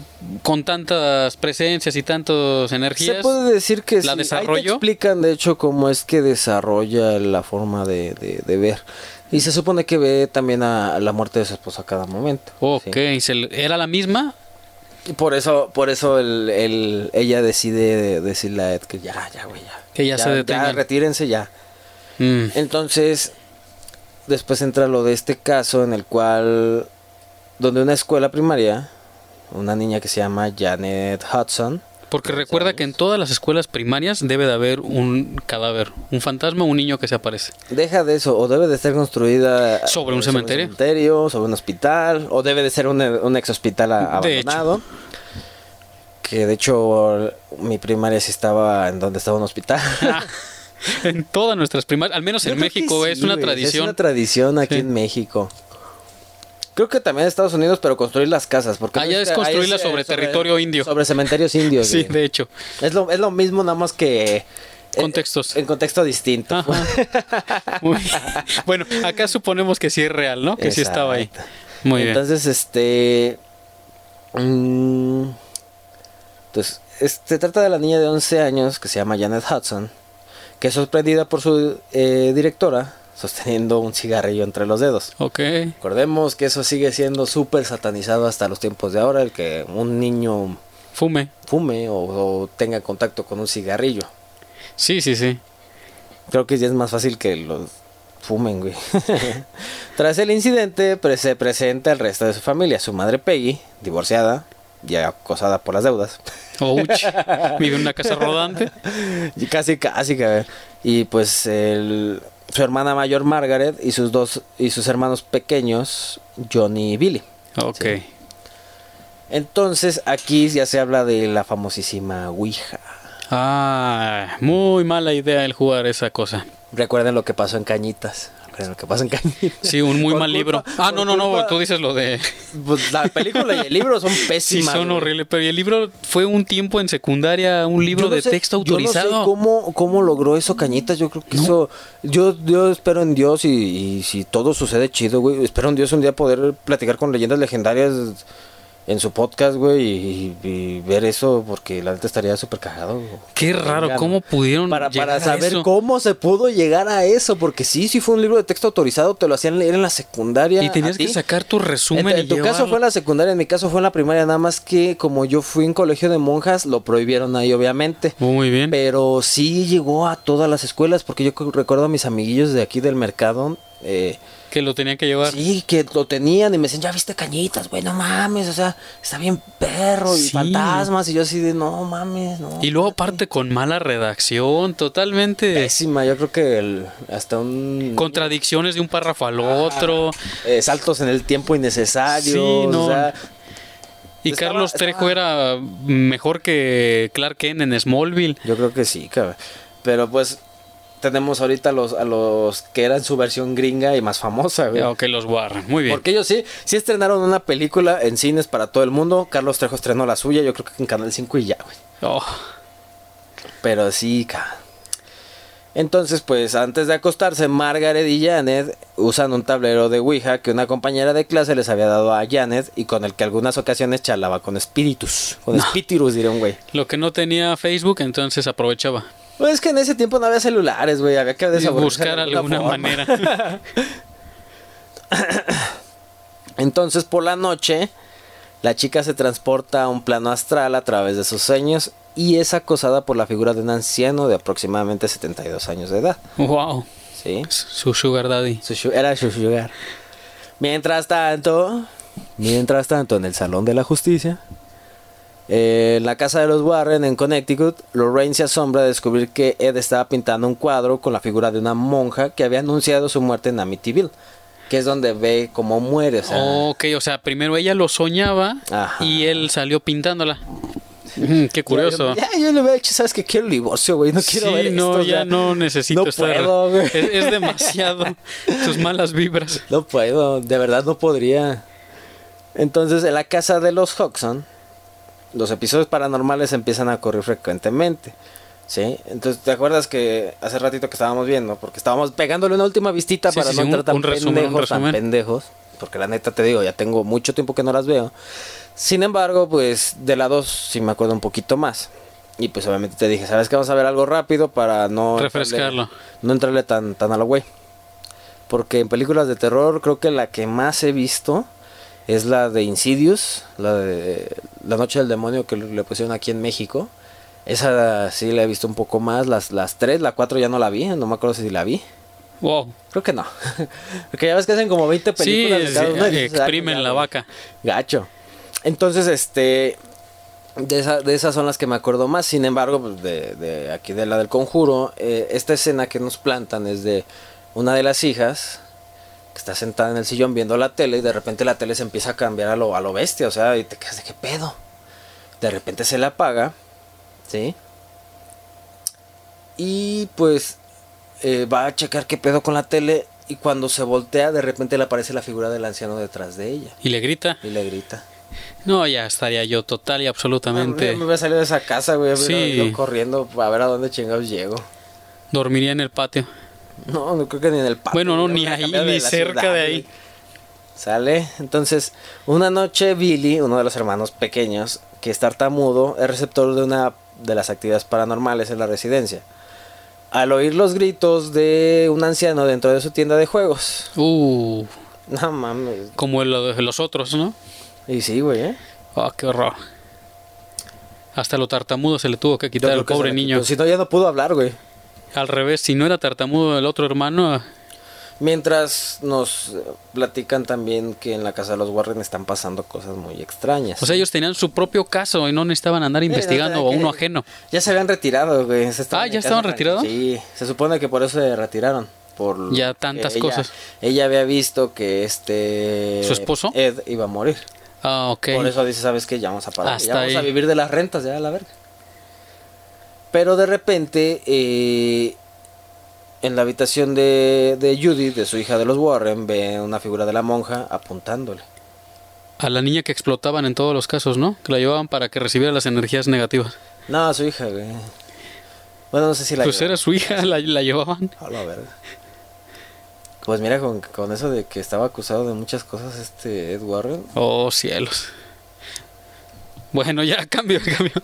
S2: con tantas presencias y tantas energías.
S1: Se puede decir que
S2: ¿La
S1: sí. Ahí te
S2: desarrollo?
S1: explican, de hecho, cómo es que desarrolla la forma de, de- de ver. Y se supone que ve también a, a la muerte de su esposo a cada momento.
S2: Ok,
S1: ¿sí?
S2: se le- ¿era la misma?
S1: Y por eso, por eso el, el- ella decide decirle a Ed que ya, ya, güey, ya.
S2: Que ya se
S1: Ya,
S2: detengan.
S1: retírense ya.
S2: Mm,
S1: Entonces, después entra lo de este caso en el cual, donde una escuela primaria, una niña que se llama Janet Hudson,
S2: Porque recuerda que en todas las escuelas primarias debe de haber un cadáver, un fantasma, un niño que se aparece.
S1: deja de eso, o debe de ser construida
S2: Sobre un cementerio.
S1: cementerio, sobre un hospital, o debe de ser un, un ex hospital
S2: De hecho.
S1: abandonado. Que de hecho mi primaria sí estaba en donde estaba un
S2: (laughs)
S1: hospital.
S2: en todas nuestras primarias, al menos
S1: Yo
S2: en
S1: creo que
S2: México,
S1: sí,
S2: es una
S1: güey,
S2: tradición.
S1: Es una tradición aquí
S2: Sí.
S1: en México. Creo que también en Estados Unidos, pero construir las casas. Porque
S2: Allá
S1: no
S2: es
S1: que- ahí
S2: construirlas
S1: eh,
S2: sobre territorio indio.
S1: Sobre cementerios indios.
S2: (laughs) sí,
S1: güey.
S2: de hecho.
S1: es, lo, es lo mismo, nada más que. eh,
S2: Contextos.
S1: En contexto distinto. (laughs)
S2: Ajá. Muy- bueno, acá suponemos que sí es real, ¿no? Que sí estaba ahí.
S1: Exacto.
S2: Muy bien.
S1: Entonces, este. mm, entonces, es- se trata de la niña de 11 años que se llama Janet Hudson, que es sorprendida por su eh, directora sosteniendo un cigarrillo entre los dedos.
S2: Ok.
S1: Recordemos que eso sigue siendo súper satanizado hasta los tiempos de ahora, el que un niño
S2: Fume.
S1: fume o, o tenga contacto con un cigarrillo.
S2: Sí, sí, sí.
S1: Creo que ya es más fácil que los fumen, güey. (laughs) Tras el incidente, pre- se presenta el resto de su familia, su madre Peggy, divorciada y acosada por las deudas. (laughs)
S2: Ouch. Vive en una casa rodante.
S1: Y casi, casi, cabrón. Y pues el, su hermana mayor Margaret y sus dos y sus hermanos pequeños Johnny y Billy.
S2: Ok.
S1: Sí. Entonces aquí ya se habla de la famosísima Ouija.
S2: Ah, muy mala idea el jugar esa cosa.
S1: Recuerden lo que pasó en Cañitas. Recuerden lo que pasó en Cañitas.
S2: Sí, un muy
S1: Por
S2: mal libro.
S1: culpa-
S2: Ah,
S1: por
S2: no, no, no,
S1: culpa-
S2: tú dices lo de...
S1: Pues la película y el libro son
S2: Sí,
S1: pésimas.
S2: son
S1: güey.
S2: horribles, pero ¿y el libro fue un tiempo en secundaria, un libro
S1: Yo no
S2: de
S1: sé-
S2: texto autorizado.
S1: Yo no sé cómo, cómo logró eso Cañitas. Yo creo que eso. Yo, yo espero en Dios y, y si todo sucede chido, güey. Espero en Dios un día poder platicar con leyendas legendarias en su podcast, güey. Y, y ver eso, porque la neta estaría súper cagado. güey.
S2: Qué raro,
S1: Venga,
S2: ¿cómo pudieron
S1: Para,
S2: llegar
S1: para
S2: a
S1: saber
S2: eso?
S1: cómo se pudo llegar a eso, porque sí, sí fue un libro de texto autorizado, te lo hacían leer en la secundaria.
S2: Y tenías
S1: a
S2: que
S1: ti.
S2: sacar tu resumen
S1: En, en
S2: y
S1: tu caso
S2: llevarlo.
S1: fue en la secundaria, en mi caso fue en la primaria, nada más que como yo fui en colegio de monjas, lo prohibieron ahí obviamente.
S2: Muy bien.
S1: Pero sí llegó a todas las escuelas, porque yo cu- recuerdo a mis amiguillos de aquí del mercado, eh,
S2: Que lo tenían que llevar.
S1: sí, que lo tenían y me decían, ya viste cañitas, güey, no mames, o sea, está bien perro y
S2: Sí.
S1: fantasmas, y yo así de, no mames, no.
S2: Y luego eh, aparte con mala redacción, totalmente
S1: Pésima, yo creo que el- hasta un...
S2: contradicciones de un párrafo al otro.
S1: eh, saltos en el tiempo innecesarios,
S2: Sí, no.
S1: o sea,
S2: Y
S1: Estaba-
S2: Carlos
S1: estaba-
S2: Trejo era mejor que Clark Kent en Smallville.
S1: Yo creo que sí, cabrón. Pero pues tenemos ahorita a los, a los que eran su versión gringa y más famosa, güey.
S2: Aunque Oh, los Warren. Muy bien.
S1: Porque ellos sí, sí estrenaron una película en cines para todo el mundo. Carlos Trejo estrenó la suya, yo creo que en Canal 5 y ya, güey.
S2: Oh,
S1: Pero sí, cabrón. Entonces, pues antes de acostarse, Margaret y Janet usan un tablero de Ouija que una compañera de clase les había dado a Janet y con el que algunas ocasiones charlaba con espíritus. Con espíritus, dirán, güey.
S2: lo que no tenía Facebook, entonces aprovechaba.
S1: Pues es que en ese tiempo no había celulares, güey. Había que
S2: Y
S1: desaburrirse de
S2: buscar alguna
S1: forma.
S2: manera.
S1: (laughs)
S2: (laughs)
S1: Entonces, por la noche, la chica se transporta a un plano astral a través de sus sueños y es acosada por la figura de un anciano de aproximadamente 72 años de edad.
S2: wow.
S1: ¿sí?
S2: Su sugar daddy.
S1: Su shu- Era su sugar. Mientras tanto, mientras tanto, en el Salón de la Justicia, eh, en la casa de los Warren en Connecticut, Lorraine se asombra de descubrir que Ed estaba pintando un cuadro con la figura de una monja que había anunciado su muerte en Amityville, que es donde ve cómo muere. o sea,
S2: ok, o sea, primero ella lo soñaba
S1: Ajá.
S2: y él salió pintándola. (laughs) Mm, Qué curioso.
S1: Ya, yo le hubiera dicho, sabes que quiero el divorcio, güey. No quiero
S2: sí,
S1: ver
S2: no,
S1: esto. o
S2: ya
S1: sea,
S2: no necesito
S1: no
S2: estar.
S1: puedo, güey.
S2: (laughs) es, es demasiado. Sus malas vibras.
S1: (laughs) No puedo, de verdad no podría. Entonces, en la casa de los Hodgson, los episodios paranormales empiezan a ocurrir frecuentemente. ¿Sí? Entonces, ¿te acuerdas que hace ratito que estábamos viendo? Porque estábamos pegándole una última vistita
S2: Sí,
S1: para
S2: sí,
S1: no
S2: sí, un-
S1: entrar tan
S2: un resumen, un
S1: pendejos, tan
S2: resumen.
S1: pendejos. Porque la neta te digo, ya tengo mucho tiempo que no las veo. Sin embargo, pues de la 2 sí me acuerdo un poquito más. Y pues obviamente te dije, ¿sabes qué? Vamos a ver algo rápido para no...
S2: Refrescarlo.
S1: entrarle- no entrarle tan, tan a la güey. Porque en películas de terror creo que la que más he visto es la de Insidious, la de La Noche del Demonio que le pusieron aquí en México. Esa sí la he visto un poco más, las, las tres, la cuatro ya no la vi, no me acuerdo si la vi.
S2: Wow.
S1: Creo que no. (laughs) Porque ya ves que hacen como 20
S2: Sí,
S1: películas. de cada
S2: sí,
S1: una, y dices, ah,
S2: exprimen
S1: ya,
S2: la
S1: güey.
S2: vaca.
S1: Gacho. Entonces, este. De, esa- de esas son las que me acuerdo más. Sin embargo, pues, de, de aquí de la del conjuro, eh, esta escena que nos plantan es de una de las hijas que está sentada en el sillón viendo la tele y de repente la tele se empieza a cambiar a lo, a lo bestia. O sea, y te quedas de qué pedo. De repente se la apaga, ¿sí? Y pues eh, va a checar qué pedo con la tele y cuando se voltea, de repente le aparece la figura del anciano detrás de ella.
S2: Y le grita.
S1: Y le grita. Ah,
S2: No, ya estaría yo total y absolutamente.
S1: Me voy a salir de esa casa, güey.
S2: Sí.
S1: hubiera ido corriendo a ver a dónde chingados llego.
S2: Dormiría en el patio.
S1: No, no creo que ni en el patio.
S2: Bueno, no,
S1: ya
S2: ni
S1: hubiera
S2: ahí,
S1: cambiado de
S2: ni
S1: la
S2: cerca
S1: ciudad,
S2: de
S1: güey.
S2: ahí.
S1: Sale. Entonces, una noche Billy, uno de los hermanos pequeños, que es tartamudo, es receptor de una de las actividades paranormales en la residencia. Al oír los gritos de un anciano dentro de su tienda de juegos. (laughs)
S2: Uh,
S1: No mames.
S2: como lo de los otros, ¿no?
S1: Y sí, güey, ¿eh?
S2: Ah, qué horror. Hasta lo tartamudo se le tuvo que
S1: Yo
S2: quitar
S1: creo
S2: al
S1: que
S2: pobre
S1: se le
S2: niño.
S1: quitó. pues, Si no, ya no pudo hablar, güey.
S2: Al revés, si no era tartamudo el otro hermano, ah,
S1: Mientras nos eh, platican también que en la casa de los Warren están pasando cosas muy extrañas.
S2: o sea, ellos tenían su propio caso y no necesitaban andar
S1: Sí,
S2: investigando
S1: o
S2: a
S1: sea,
S2: uno
S1: que
S2: ajeno.
S1: Ya se habían retirado, güey. se
S2: Ah, ¿ya
S1: en casa
S2: estaban
S1: tranqui-
S2: retirados?
S1: Sí, se supone que por eso se retiraron. por
S2: Ya tantas
S1: ella-
S2: cosas.
S1: Ella había visto que este
S2: ¿Su esposo?
S1: Ed iba a morir.
S2: Ah, ok.
S1: Por eso dice, ¿sabes qué? Ya vamos a parar.
S2: Hasta
S1: ya vamos a
S2: ahí.
S1: vivir de las rentas, ya a la verga. Pero de repente, eh, en la habitación de, de Judy, de su hija de los Warren, ve una figura de la monja apuntándole.
S2: A la niña que explotaban en todos los casos, ¿no? Que la llevaban para que recibiera las energías negativas.
S1: No, su hija, güey. Bueno, no sé si la...
S2: pues
S1: llevó.
S2: era su hija, (laughs) la, la llevaban.
S1: A la verga. Pues mira, con, con eso de que estaba acusado de muchas cosas este Ed Warren,
S2: Oh, cielos. Bueno, ya (laughs) cambio, cambio.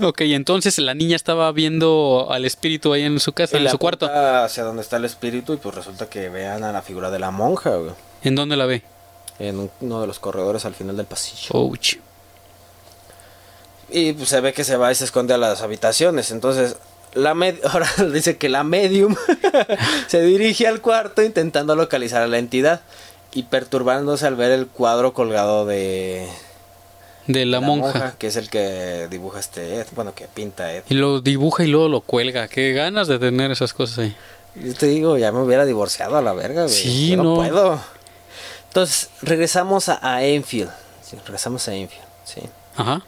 S2: Ok, entonces la niña estaba viendo al espíritu ahí en su casa,
S1: Y
S2: en
S1: le
S2: su cuarto.
S1: apunta Hacia donde está el espíritu y pues resulta que vean a la figura de la monja, güey,
S2: ¿En dónde la ve?
S1: En un- uno de los corredores al final del pasillo.
S2: Ouch.
S1: Y pues se ve que se va y se esconde a las habitaciones. Entonces, la med- (laughs) ahora dice que la medium (laughs) se dirige al cuarto intentando localizar a la entidad y perturbándose al ver el cuadro colgado de
S2: De la, monja.
S1: que es el que dibuja este Ed, bueno, que pinta Ed.
S2: Y lo dibuja y luego lo cuelga. Qué ganas de tener esas cosas ahí.
S1: Yo te digo, ya me hubiera divorciado a la verga, güey.
S2: Sí,
S1: Yo no,
S2: no.
S1: puedo. Entonces, regresamos a, a Enfield. Sí, regresamos a Enfield, sí.
S2: Ajá.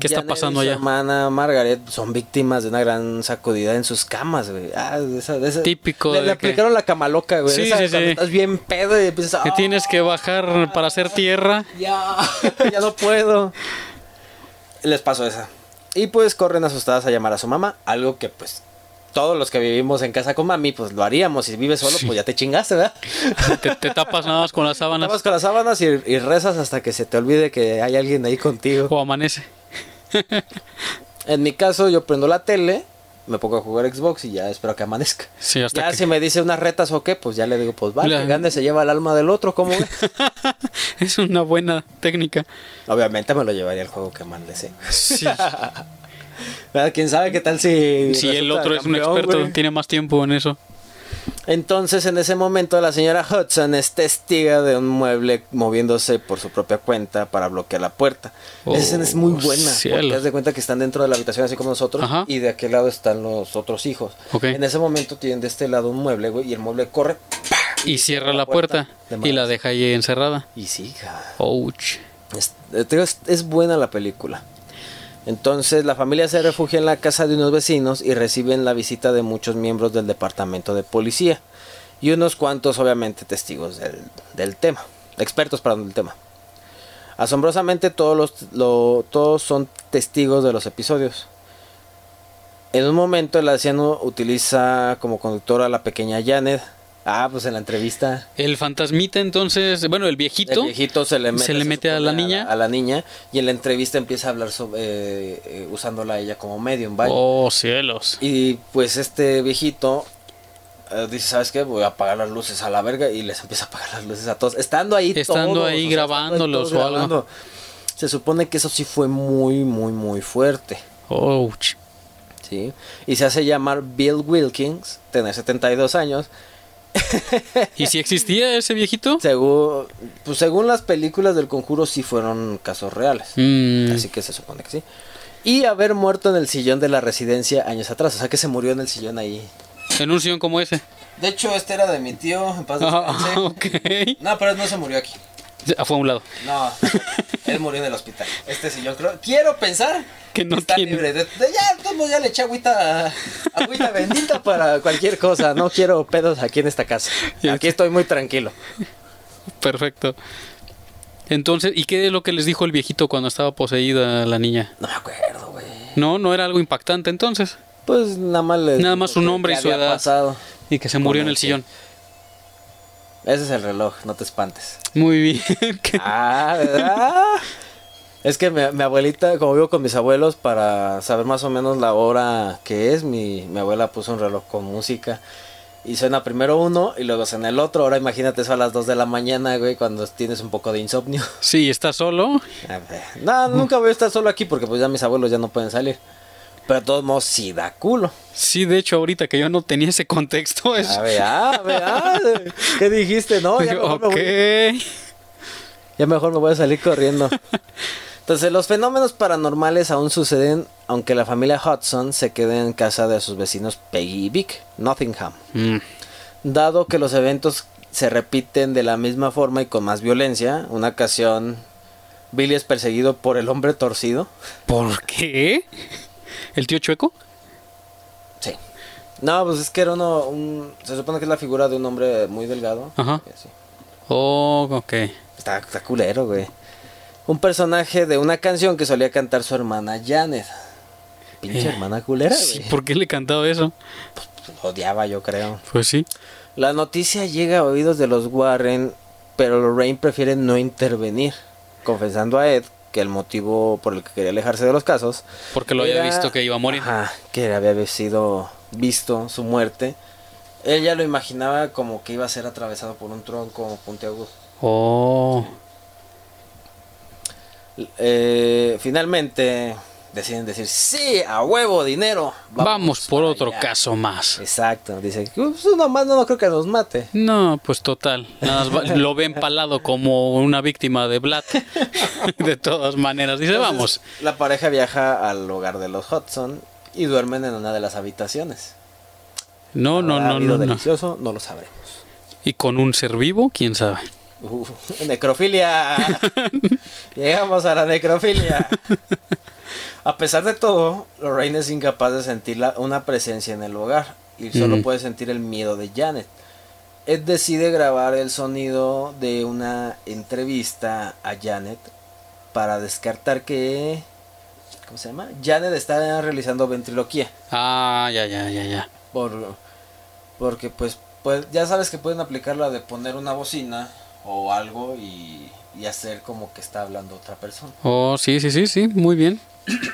S2: ¿Qué está
S1: Janet
S2: pasando
S1: y su
S2: allá?
S1: hermana Margaret son víctimas de una gran sacudida en sus camas, güey. Ah, de esa, de esa-
S2: Típico
S1: Le,
S2: de
S1: le
S2: que-
S1: aplicaron la cama loca, güey.
S2: Sí,
S1: Esa de
S2: sí,
S1: cuando
S2: sí.
S1: Estás bien pedo y piensas,
S2: Que
S1: "Ah,
S2: tienes que bajar para hacer tierra. (laughs)
S1: ya, (laughs) ya no puedo. Les pasó esa. Y pues corren asustadas a llamar a su mamá, algo que pues todos los que vivimos en casa con mami, pues lo haríamos. Si vives solo, pues ya te chingaste, ¿verdad?
S2: Te, te tapas nada más con las sábanas.
S1: Estabas con las sábanas y, y rezas hasta que se te olvide que hay alguien ahí contigo.
S2: O amanece.
S1: En mi caso, yo prendo la tele, me pongo a jugar Xbox y ya espero que amanezca.
S2: Sí, hasta
S1: ya
S2: que-
S1: si me dice unas retas o qué, pues ya le digo, pues va,
S2: La-
S1: que gane se lleva el alma del otro, ¿cómo ves?
S2: (laughs) es una buena técnica.
S1: Obviamente me lo llevaría el juego que amanece.
S2: Sí.
S1: ¿Verdad? ¿Quién sabe qué tal si...
S2: Si el
S1: resulta
S2: otro es un
S1: campeón,
S2: experto,
S1: güey?
S2: tiene más tiempo en eso.
S1: Entonces, en ese momento, la señora Hudson es testiga de un mueble moviéndose por su propia cuenta para bloquear la puerta.
S2: Oh,
S1: Esa escena es muy buena. Porque
S2: cielo.
S1: haz de cuenta que están dentro de la habitación, así como nosotros,
S2: Ajá.
S1: y de aquel lado están los otros hijos.
S2: Ok.
S1: En ese momento tienen de este lado un mueble, güey, y el mueble corre
S2: Y cierra la puerta
S1: De
S2: y la
S1: malas.
S2: deja ahí encerrada.
S1: y siga.
S2: Ouch.
S1: Es, te digo, es- es buena la película. Entonces, la familia se refugia en la casa de unos vecinos y reciben la visita de muchos miembros del departamento de policía. Y unos cuantos, obviamente, testigos del, del tema. Expertos, perdón, del tema. Asombrosamente, todos, los, lo- todos son testigos de los episodios. En un momento, el anciano utiliza como conductora a la pequeña Janet. Ah, pues en la entrevista.
S2: El fantasmita entonces, bueno, el viejito.
S1: El viejito se le mete,
S2: se le mete a la
S1: supone,
S2: niña.
S1: A la niña. Y en la entrevista empieza a hablar sobre. eh, eh, usándola a ella como medium, vaya.
S2: Oh, cielos.
S1: Y pues este viejito. eh, dice, ¿sabes qué? Voy a apagar las luces a la verga. Y les empieza a apagar las luces a todos. Estando ahí
S2: Estando
S1: todos,
S2: ahí
S1: o sea,
S2: grabándolos
S1: estando ahí todos
S2: o algo.
S1: grabando. Se supone que eso sí fue muy, muy, muy fuerte.
S2: Ouch.
S1: ¿sí? Y se hace llamar Bill Wilkins, tener 72 años.
S2: ¿Y si existía ese viejito?
S1: Según, pues según las películas del conjuro, sí fueron casos reales.
S2: Mm,
S1: Así que se supone que sí. Y haber muerto en el sillón de la residencia años atrás. O sea que se murió en el sillón ahí.
S2: en un sillón como ese.
S1: De hecho, este era de mi tío. En paz
S2: Ah, (laughs)
S1: (laughs) descanse.
S2: ok.
S1: No, pero no se murió aquí.
S2: Ah, Fue a un lado.
S1: (laughs) No, él murió en el hospital. Este sillón, creo. Quiero pensar
S2: Que no
S1: está
S2: tiene.
S1: libre. De, de- ya, de todos modos, ya le eché agüita, agüita bendita para cualquier cosa. No quiero pedos aquí en esta casa. Aquí estoy muy tranquilo.
S2: Perfecto. Entonces, ¿y qué es lo que les dijo el viejito cuando estaba poseída la niña?
S1: No me acuerdo, güey.
S2: No, no era algo impactante entonces.
S1: Pues nada más le.
S2: Nada más su nombre y su edad.
S1: Pasado.
S2: Y que se murió en el
S1: Correcto.
S2: sillón.
S1: Ese es el reloj, no te espantes.
S2: Muy bien. (laughs) ¿Qué?
S1: Ah, ¿verdad? Es que mi, mi abuelita, como vivo con mis abuelos, para saber más o menos la hora que es, mi, mi abuela puso un reloj con música. Y suena primero uno y luego suena el otro. Ahora imagínate eso a las 2 de la mañana, güey, cuando tienes un poco de insomnio. (laughs)
S2: Sí, está solo.
S1: A ver, No, nunca voy a estar solo aquí porque pues ya mis abuelos ya no pueden salir. Pero de todos modos, sí da culo.
S2: Sí, de hecho, ahorita que yo no tenía ese contexto, es.
S1: A ver, ah, a ver, ah, ¿qué dijiste? No, ya mejor me
S2: ok.
S1: voy. Ya mejor me voy a salir corriendo. Entonces, los fenómenos paranormales aún suceden, aunque la familia Hudson se quede en casa de sus vecinos Peggy y Vic, Nottingham.
S2: Mm,
S1: Dado que los eventos se repiten de la misma forma y con más violencia, una ocasión Billy es perseguido por el hombre torcido.
S2: ¿Por qué? ¿El tío Chueco?
S1: Sí. No, pues es que era uno, un- se supone que es la figura de un hombre muy delgado.
S2: Ajá.
S1: Y así.
S2: Oh, ok.
S1: Está, está culero, güey. Un personaje de una canción que solía cantar su hermana Janet. Pinche
S2: Eh,
S1: hermana culera,
S2: Sí, pues,
S1: güey.
S2: ¿Por qué le cantaba eso?
S1: Lo odiaba, yo creo.
S2: Pues sí.
S1: La noticia llega a oídos de los Warren, pero Lorraine prefiere no intervenir, confesando a Ed que el motivo por el que quería alejarse de los casos
S2: Porque lo había
S1: era-
S2: visto que iba a morir.
S1: Ajá, que había sido visto su muerte. Él ya lo imaginaba como que iba a ser atravesado por un tronco puntiagudo.
S2: Oh.
S1: Eh, finalmente deciden decir, sí, a huevo, dinero.
S2: Vamos, por
S1: para
S2: otro
S1: allá".
S2: caso más.
S1: Exacto, dice, "Ups, uno más no, no creo que nos mate.
S2: No, pues total. Nada más va-
S1: (laughs)
S2: lo ve empalado como una víctima de Blatt. (laughs) de todas maneras. Dice, vamos.
S1: Entonces, La pareja viaja al hogar de los Hudson y duermen en una de las habitaciones.
S2: No, no,
S1: ¿Habrá
S2: no,
S1: habido
S2: no, no.
S1: delicioso? No lo sabremos.
S2: Y con un ser vivo, quién sabe.
S1: Uh, necrofilia. Llegamos a la necrofilia. A pesar de todo, Lorraine es incapaz de sentir la- una presencia en el hogar y solo
S2: Mm.
S1: puede sentir el miedo de Janet. Ed decide grabar el sonido de una entrevista a Janet para descartar que... ¿Cómo se llama? Janet está realizando ventriloquía.
S2: Ah, ya, ya, ya, ya.
S1: Por, porque pues, pues ya sabes que pueden aplicar la de poner una bocina o algo y, y hacer como que está hablando otra persona.
S2: Oh, sí, sí, sí, sí. Muy bien.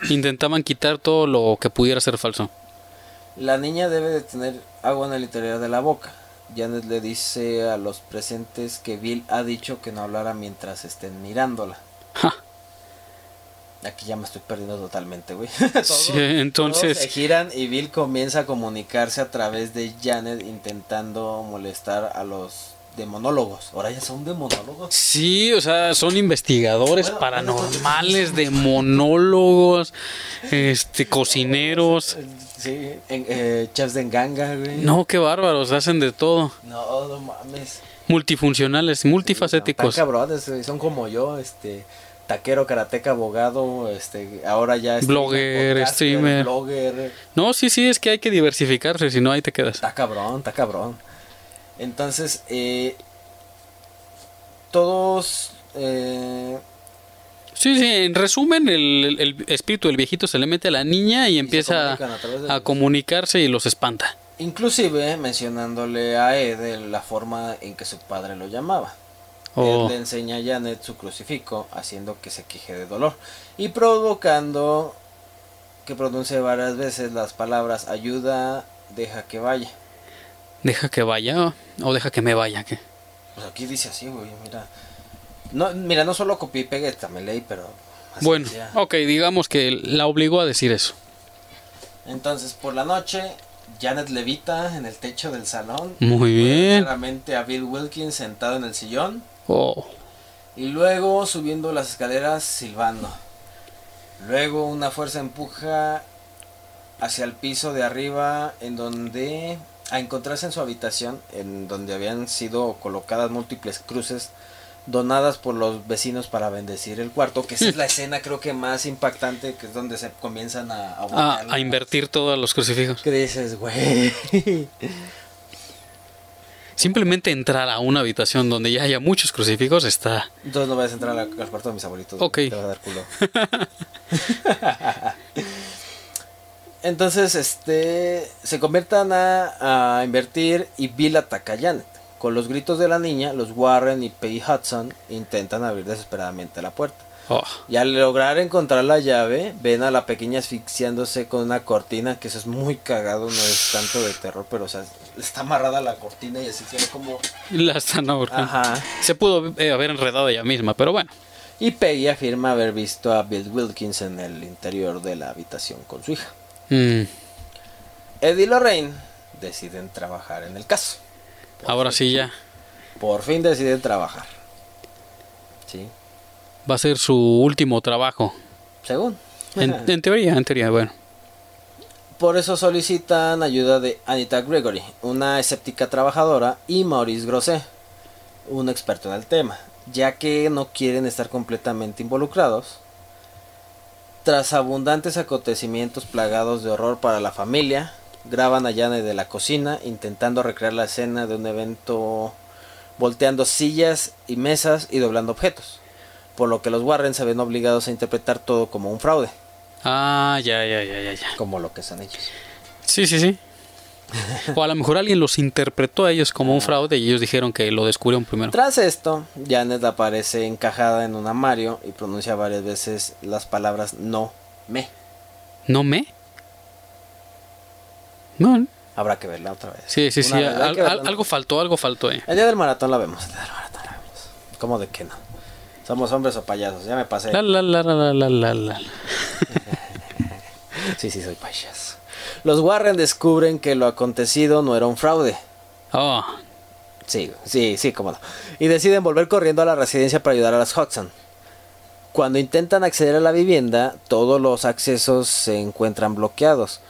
S2: Intentaban quitar todo lo que pudiera ser falso.
S1: La niña debe de tener agua en el interior de la boca. Janet le dice a los presentes que Bill ha dicho que no hablara mientras estén mirándola.
S2: Ja.
S1: Aquí ya me estoy perdiendo totalmente, güey. (laughs) Todo-
S2: Sí,
S1: todos se
S2: entonces,
S1: giran y Bill comienza a comunicarse a través de Janet intentando molestar a los demonólogos. Ahora ya son demonólogos.
S2: sí, o sea, son investigadores
S1: Bueno,
S2: paranormales, demonólogos, este, cocineros.
S1: Sí, en, eh, chefs de enganga, güey.
S2: No, qué bárbaros, hacen de todo.
S1: No, no mames.
S2: Multifuncionales, multifacéticos.
S1: Están cabrones, güey, son como yo, este, taquero, karateca, abogado, este, ahora ya... este,
S2: Blogger,
S1: podcaster,
S2: streamer.
S1: Blogger,
S2: No, sí, sí, es que hay que diversificarse, si no ahí te quedas.
S1: está cabrón, está cabrón. Entonces, eh, todos... Eh,
S2: Sí, sí, en resumen, el, el espíritu del viejito se le mete a la niña y empieza
S1: comunican a través de
S2: a,
S1: los-
S2: comunicarse y los espanta.
S1: inclusive mencionándole a Ed el- la forma en que su padre lo llamaba.
S2: Oh.
S1: Él le enseña a Janet su crucifijo, haciendo que se queje de dolor y provocando que pronuncie varias veces las palabras ayuda, deja que vaya.
S2: Deja que vaya o- o deja que me vaya. que-
S1: Pues aquí dice así, güey, mira. No, mira, no solo copié y pegué, también leí, pero. así
S2: Bueno,
S1: decía.
S2: ok, digamos que la obligó a decir eso.
S1: Entonces, por la noche, Janet levita en el techo del salón.
S2: Muy bien.
S1: Claramente a Bill Wilkins sentado en el sillón.
S2: Oh,
S1: Y luego subiendo las escaleras silbando. Luego una fuerza empuja hacia el piso de arriba en donde a encontrarse en su habitación en donde habían sido colocadas múltiples cruces donadas por los vecinos para bendecir el cuarto, que esa es la escena creo que más impactante, que es donde se comienzan a, a
S2: a,
S1: voltear
S2: Ah, a
S1: las-
S2: invertir todos los crucifijos.
S1: ¿Qué dices, güey?
S2: Simplemente entrar a una habitación donde ya haya muchos crucifijos está.
S1: Entonces no vayas a entrar al al cuarto de mis abuelitos.
S2: Ok.
S1: Te va a dar culo. (laughs) Entonces, este, se conviertan a, a invertir y Bill ataca a Janet. Con los gritos de la niña, los Warren y Peggy Hudson intentan abrir desesperadamente la puerta.
S2: Oh, (laughs)
S1: Y al lograr encontrar la llave, ven a la pequeña asfixiándose con una cortina, que eso es muy cagado, no es tanto de terror, pero o sea, está amarrada a la cortina y así tiene como...
S2: la están ahorcando.
S1: Ajá.
S2: Se pudo eh, haber enredado ella misma, pero bueno.
S1: Y Peggy afirma haber visto a Bill Wilkins en el interior de la habitación con su hija.
S2: Mm,
S1: Eddie y Lorraine deciden trabajar en el caso.
S2: ahora sí ya.
S1: Por fin deciden trabajar. Sí,
S2: Va a ser su último trabajo.
S1: según. (laughs)
S2: En, en teoría, en teoría, bueno.
S1: Por eso solicitan ayuda de Anita Gregory, una escéptica trabajadora, y Maurice Grosset, un experto en el tema, ya que no quieren estar completamente involucrados. Tras abundantes acontecimientos plagados de horror para la familia, graban a Jane de la cocina intentando recrear la escena de un evento volteando sillas y mesas y doblando objetos, por lo que los Warren se ven obligados a interpretar todo como un fraude,
S2: Ah, ya, ya, ya, ya, ya.
S1: como lo que son ellos.
S2: Sí, sí, sí. O a lo mejor alguien los interpretó a ellos como un fraude y ellos dijeron que lo descubrieron primero.
S1: Tras esto, Janet aparece encajada en un armario y pronuncia varias veces las palabras no me.
S2: ¿No me? No.
S1: Habrá que verla otra vez.
S2: Sí, sí, sí.
S1: Una vez, hay
S2: al-
S1: que verla,
S2: al-
S1: ¿no?
S2: algo faltó, algo faltó. eh.
S1: El día del maratón la vemos. El día del maratón la vemos. ¿Cómo de qué no? Somos hombres o payasos. Ya me pasé.
S2: La, la, la, la, la, la, la.
S1: Sí, sí, soy payaso. Los Warren descubren que lo acontecido no era un fraude.
S2: Oh,
S1: Sí, sí, sí, cómo no. Y deciden volver corriendo a la residencia para ayudar a las Hudson. Cuando intentan acceder a la vivienda, todos los accesos se encuentran bloqueados.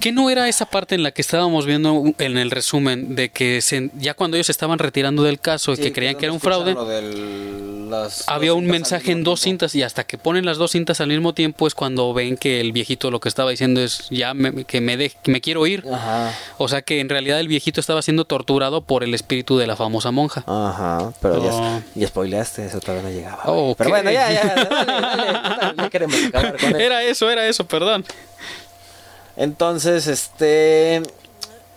S2: ¿Qué no era esa parte en la que estábamos viendo en el resumen de que se- ya cuando ellos estaban retirando del caso y
S1: Sí,
S2: que creían
S1: no
S2: que era un
S1: escucharon
S2: fraude,
S1: lo del- las-
S2: había
S1: las
S2: un
S1: cintas
S2: mensaje
S1: al
S2: en
S1: mismo
S2: dos
S1: tiempo.
S2: cintas y hasta que ponen las dos cintas al mismo tiempo es cuando ven que el viejito lo que estaba diciendo es ya me- que me de- que me quiero ir.
S1: Ajá,
S2: O sea que en realidad el viejito estaba siendo torturado por el espíritu de la famosa monja.
S1: ajá, pero
S2: No.
S1: ya, ya spoileaste, eso todavía no llegaba.
S2: Oh. Ok.
S1: Pero bueno, ya, ya, dale, dale, dale, ya queremos acabar
S2: (laughs)
S1: con él.
S2: Era eso, era eso, perdón.
S1: Entonces, este.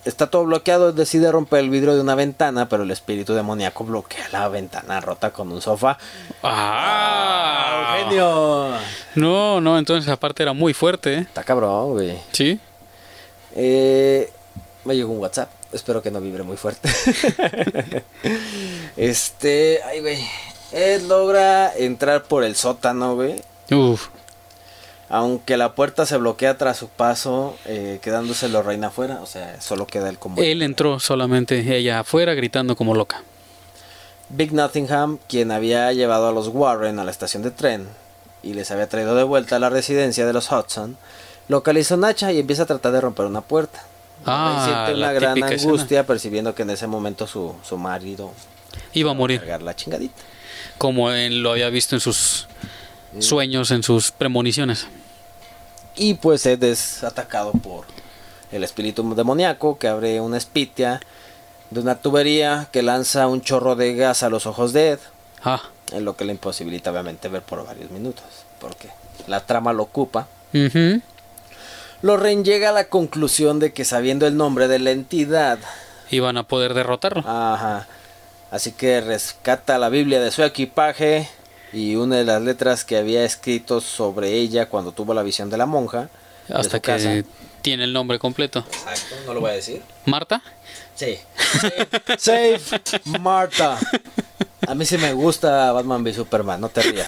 S1: Está todo bloqueado. él Decide romper el vidrio de una ventana. Pero el espíritu demoníaco bloquea la ventana rota con un sofá.
S2: Ah,
S1: ¡Genio!
S2: No, no, entonces aparte era muy fuerte, ¿eh?
S1: Está cabrón, güey.
S2: Sí.
S1: Eh, me llegó un WhatsApp. Espero que no vibre muy fuerte. este. Ay, güey. Él logra entrar por el sótano, güey.
S2: Uf.
S1: Aunque la puerta se bloquea tras su paso, eh, quedándose los reina afuera. O sea, solo queda el convoy.
S2: Él entró solamente ella afuera gritando como loca.
S1: Big Nottingham, quien había llevado a los Warren a la estación de tren y les había traído de vuelta a la residencia de los Hudson, localizó un hacha y empieza a tratar de romper una puerta.
S2: Ah,
S1: Ahí siente
S2: la
S1: una gran
S2: típica escena.
S1: angustia percibiendo que en ese momento su, su marido
S2: Iba a
S1: va a
S2: morir,
S1: cargar la chingadita.
S2: como él lo había visto en sus
S1: Mm.
S2: sueños, en sus premoniciones.
S1: Y pues Ed es atacado por el espíritu demoníaco que abre una espitia de una tubería que lanza un chorro de gas a los ojos de Ed,
S2: Ah.
S1: en lo que le imposibilita obviamente ver por varios minutos, porque la trama lo ocupa.
S2: Ujú.
S1: Lorraine llega a la conclusión de que sabiendo el nombre de la entidad,
S2: Iban a poder
S1: Ah,
S2: derrotarlo.
S1: ajá, así que rescata la Biblia de su equipaje y una de las letras que había escrito sobre ella cuando tuvo la visión de la monja. de
S2: hasta
S1: su
S2: que
S1: casa.
S2: tiene el nombre completo.
S1: Exacto, no lo voy a decir.
S2: ¿Marta?
S1: Sí. Save Marta. A mí sí me gusta Batman v Superman, no te rías.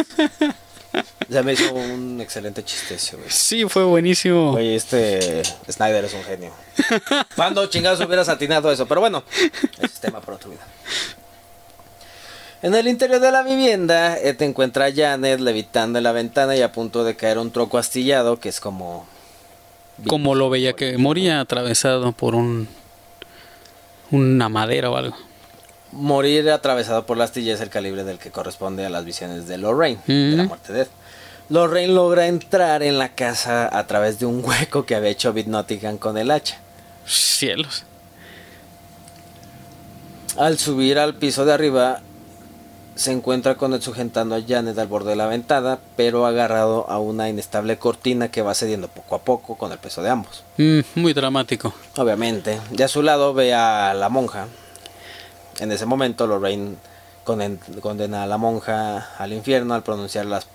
S1: Ya me hizo un excelente chiste ese, güey.
S2: Sí, fue buenísimo.
S1: Oye, este Snyder es un genio. ¿Cuándo chingados hubieras atinado eso? Pero bueno, ese es tema para tu vida. En el interior de la vivienda, eh, te encuentra a Janet levitando en la ventana y a punto de caer un troco astillado, que es como...
S2: Como lo veía que moría atravesado por un una madera o algo.
S1: Morir atravesado por la astilla es el calibre del que corresponde a las visiones de Lorraine, de la
S2: Ujú.
S1: muerte de Ed. Lorraine logra entrar en la casa a través de un hueco que había hecho Bit Nottingham con el hacha.
S2: Cielos.
S1: Al subir al piso de arriba, se encuentra con el sujetando a Janet al borde de la ventana, pero agarrado a una inestable cortina que va cediendo poco a poco con el peso de ambos.
S2: Mm, muy dramático.
S1: Obviamente, de a su lado ve a la monja. En ese momento, Lorraine conden- condena a la monja al infierno al pronunciar las,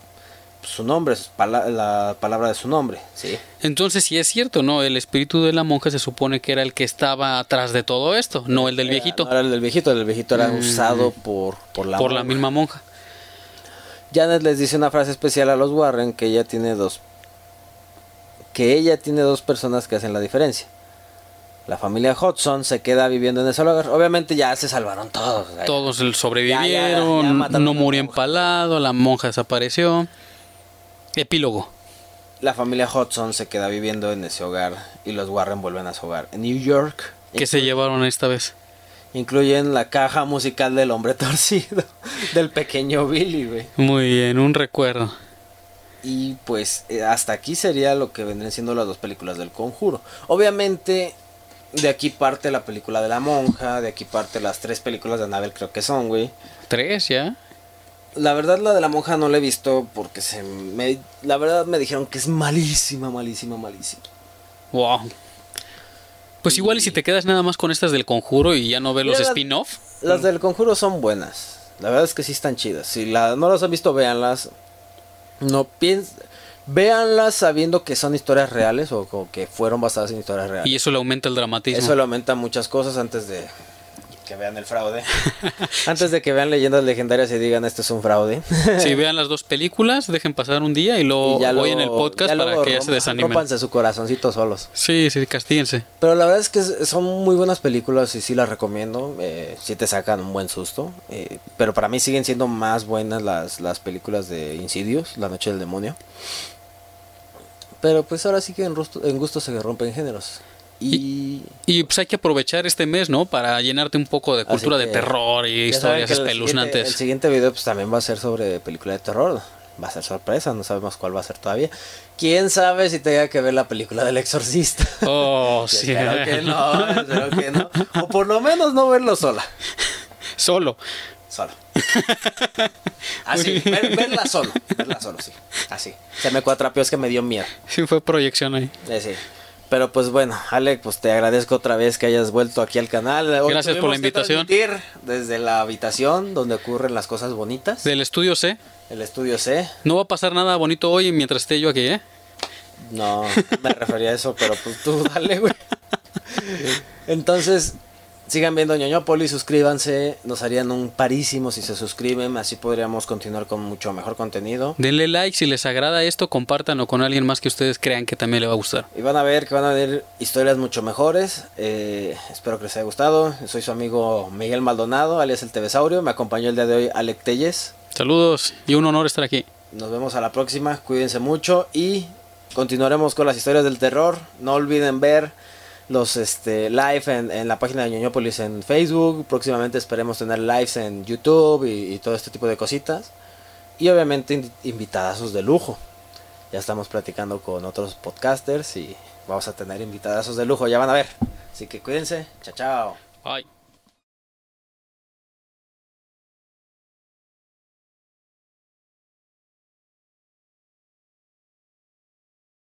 S1: su nombre, sus pala- la palabra de su nombre. Sí.
S2: Entonces sí es cierto, ¿no? El espíritu de la monja se supone que era el que estaba atrás de todo esto, no el del viejito, Mm.
S1: Ahora Eh, el del viejito, el del viejito era usado por, por la
S2: por la
S1: monja.
S2: misma monja.
S1: Janet les dice una frase especial a los Warren que ella tiene dos que ella tiene dos personas que hacen la diferencia. La familia Hudson se queda viviendo en ese hogar. Obviamente ya se salvaron todos. o sea,
S2: Todos el- sobrevivieron,
S1: Ya, ya, ya mataron
S2: no
S1: a la
S2: murió
S1: monja.
S2: empalado, la monja desapareció. Epílogo.
S1: La familia Hudson se queda viviendo en ese hogar y los Warren vuelven a su hogar en New York.
S2: ¿Qué se llevaron esta vez?
S1: Incluyen la caja musical del hombre (laughs) torcido, del pequeño Billy, güey.
S2: Muy bien, un recuerdo.
S1: Y pues eh, hasta aquí sería lo que vendrían siendo las dos películas del conjuro. Obviamente, de aquí parte la película de la monja, de aquí parte las tres películas de Annabelle, creo que son, güey.
S2: Tres ya.
S1: La verdad, la de la monja no la he visto porque se me. La verdad me dijeron que es malísima, malísima, malísima.
S2: Wow. Pues igual y si te quedas nada más con estas del conjuro y ya no ves los
S1: Mira, las-
S2: spin-off.
S1: Las del conjuro son buenas. La verdad es que sí están chidas. Si la- no las han visto, véanlas. No piens Véanlas sabiendo que son historias reales o, o que fueron basadas en historias reales.
S2: Y eso le aumenta el dramatismo.
S1: Eso le aumenta muchas cosas antes de que vean el
S2: (laughs)
S1: fraude. antes de que vean leyendas legendarias y digan esto es un fraude.
S2: Si vean las dos películas, dejen pasar un día y
S1: (laughs)
S2: luego
S1: Y ya
S2: oyen
S1: luego-
S2: el podcast
S1: ya
S2: para
S1: luego
S2: que ya
S1: rom-
S2: se desanimen.
S1: rómpanse su corazoncito solos.
S2: Sí, sí, castíguense.
S1: Pero la verdad es que es- son muy buenas películas y sí las recomiendo. Eh, sí te sacan un buen susto. eh, pero para mí siguen siendo más buenas las, las películas de Insidious, La Noche del Demonio. Pero pues ahora sí que en, rusto- en gusto se rompen géneros. Y,
S2: Y pues hay que aprovechar este mes, ¿no? Para llenarte un poco de
S1: Así
S2: cultura de
S1: que
S2: terror y
S1: ya saben
S2: historias
S1: que el siguiente-
S2: espeluznantes.
S1: El siguiente video pues también va a ser sobre película de terror. Va a ser sorpresa, no sabemos cuál va a ser todavía. ¿Quién sabe si tenga que ver la película del
S2: (laughs)
S1: exorcista? (laughs)
S2: Oh, sí.
S1: Espero que no, espero que no. O por lo menos no verlo sola.
S2: (laughs) Solo. (laughs)
S1: Solo. Así, ver- verla solo. Verla solo, sí. Así. Se me cuatrapeó, es que me dio miedo.
S2: Sí, fue proyección ahí.
S1: Eh, sí. Pero pues bueno, Alec, pues te agradezco otra vez que hayas vuelto aquí al canal. Hoy
S2: Gracias por la
S1: tuvimos que
S2: invitación.
S1: transmitir Desde la habitación donde ocurren las cosas bonitas.
S2: Del estudio C.
S1: El estudio C.
S2: No va a pasar nada bonito hoy mientras esté yo aquí, ¿eh?
S1: No, me refería a eso, pero pues tú (laughs) dale, güey. Entonces, sigan viendo Ñoñópolis, suscríbanse. Nos harían un parísimo si se suscriben. Así podríamos continuar con mucho mejor contenido.
S2: Denle like si les agrada esto, compártanlo con alguien más que ustedes crean que también le va a gustar.
S1: Y van a ver que van a ver historias mucho mejores. Eh, espero que les haya gustado. Soy su amigo Miguel Maldonado, alias el Tevesaurio. Me acompañó el día de hoy Alec Telles.
S2: Saludos y un honor estar aquí.
S1: Nos vemos a la próxima. Cuídense mucho y continuaremos con las historias del terror. No olviden ver los este, live en, en la página de Ñoñópolis en Facebook. Próximamente esperemos tener lives en YouTube y, y todo este tipo de cositas. Y obviamente in- invitadazos de lujo. Ya estamos platicando con otros podcasters y vamos a tener invitadazos de lujo. Ya van a ver. Así que cuídense. Chao, chao.
S2: Bye.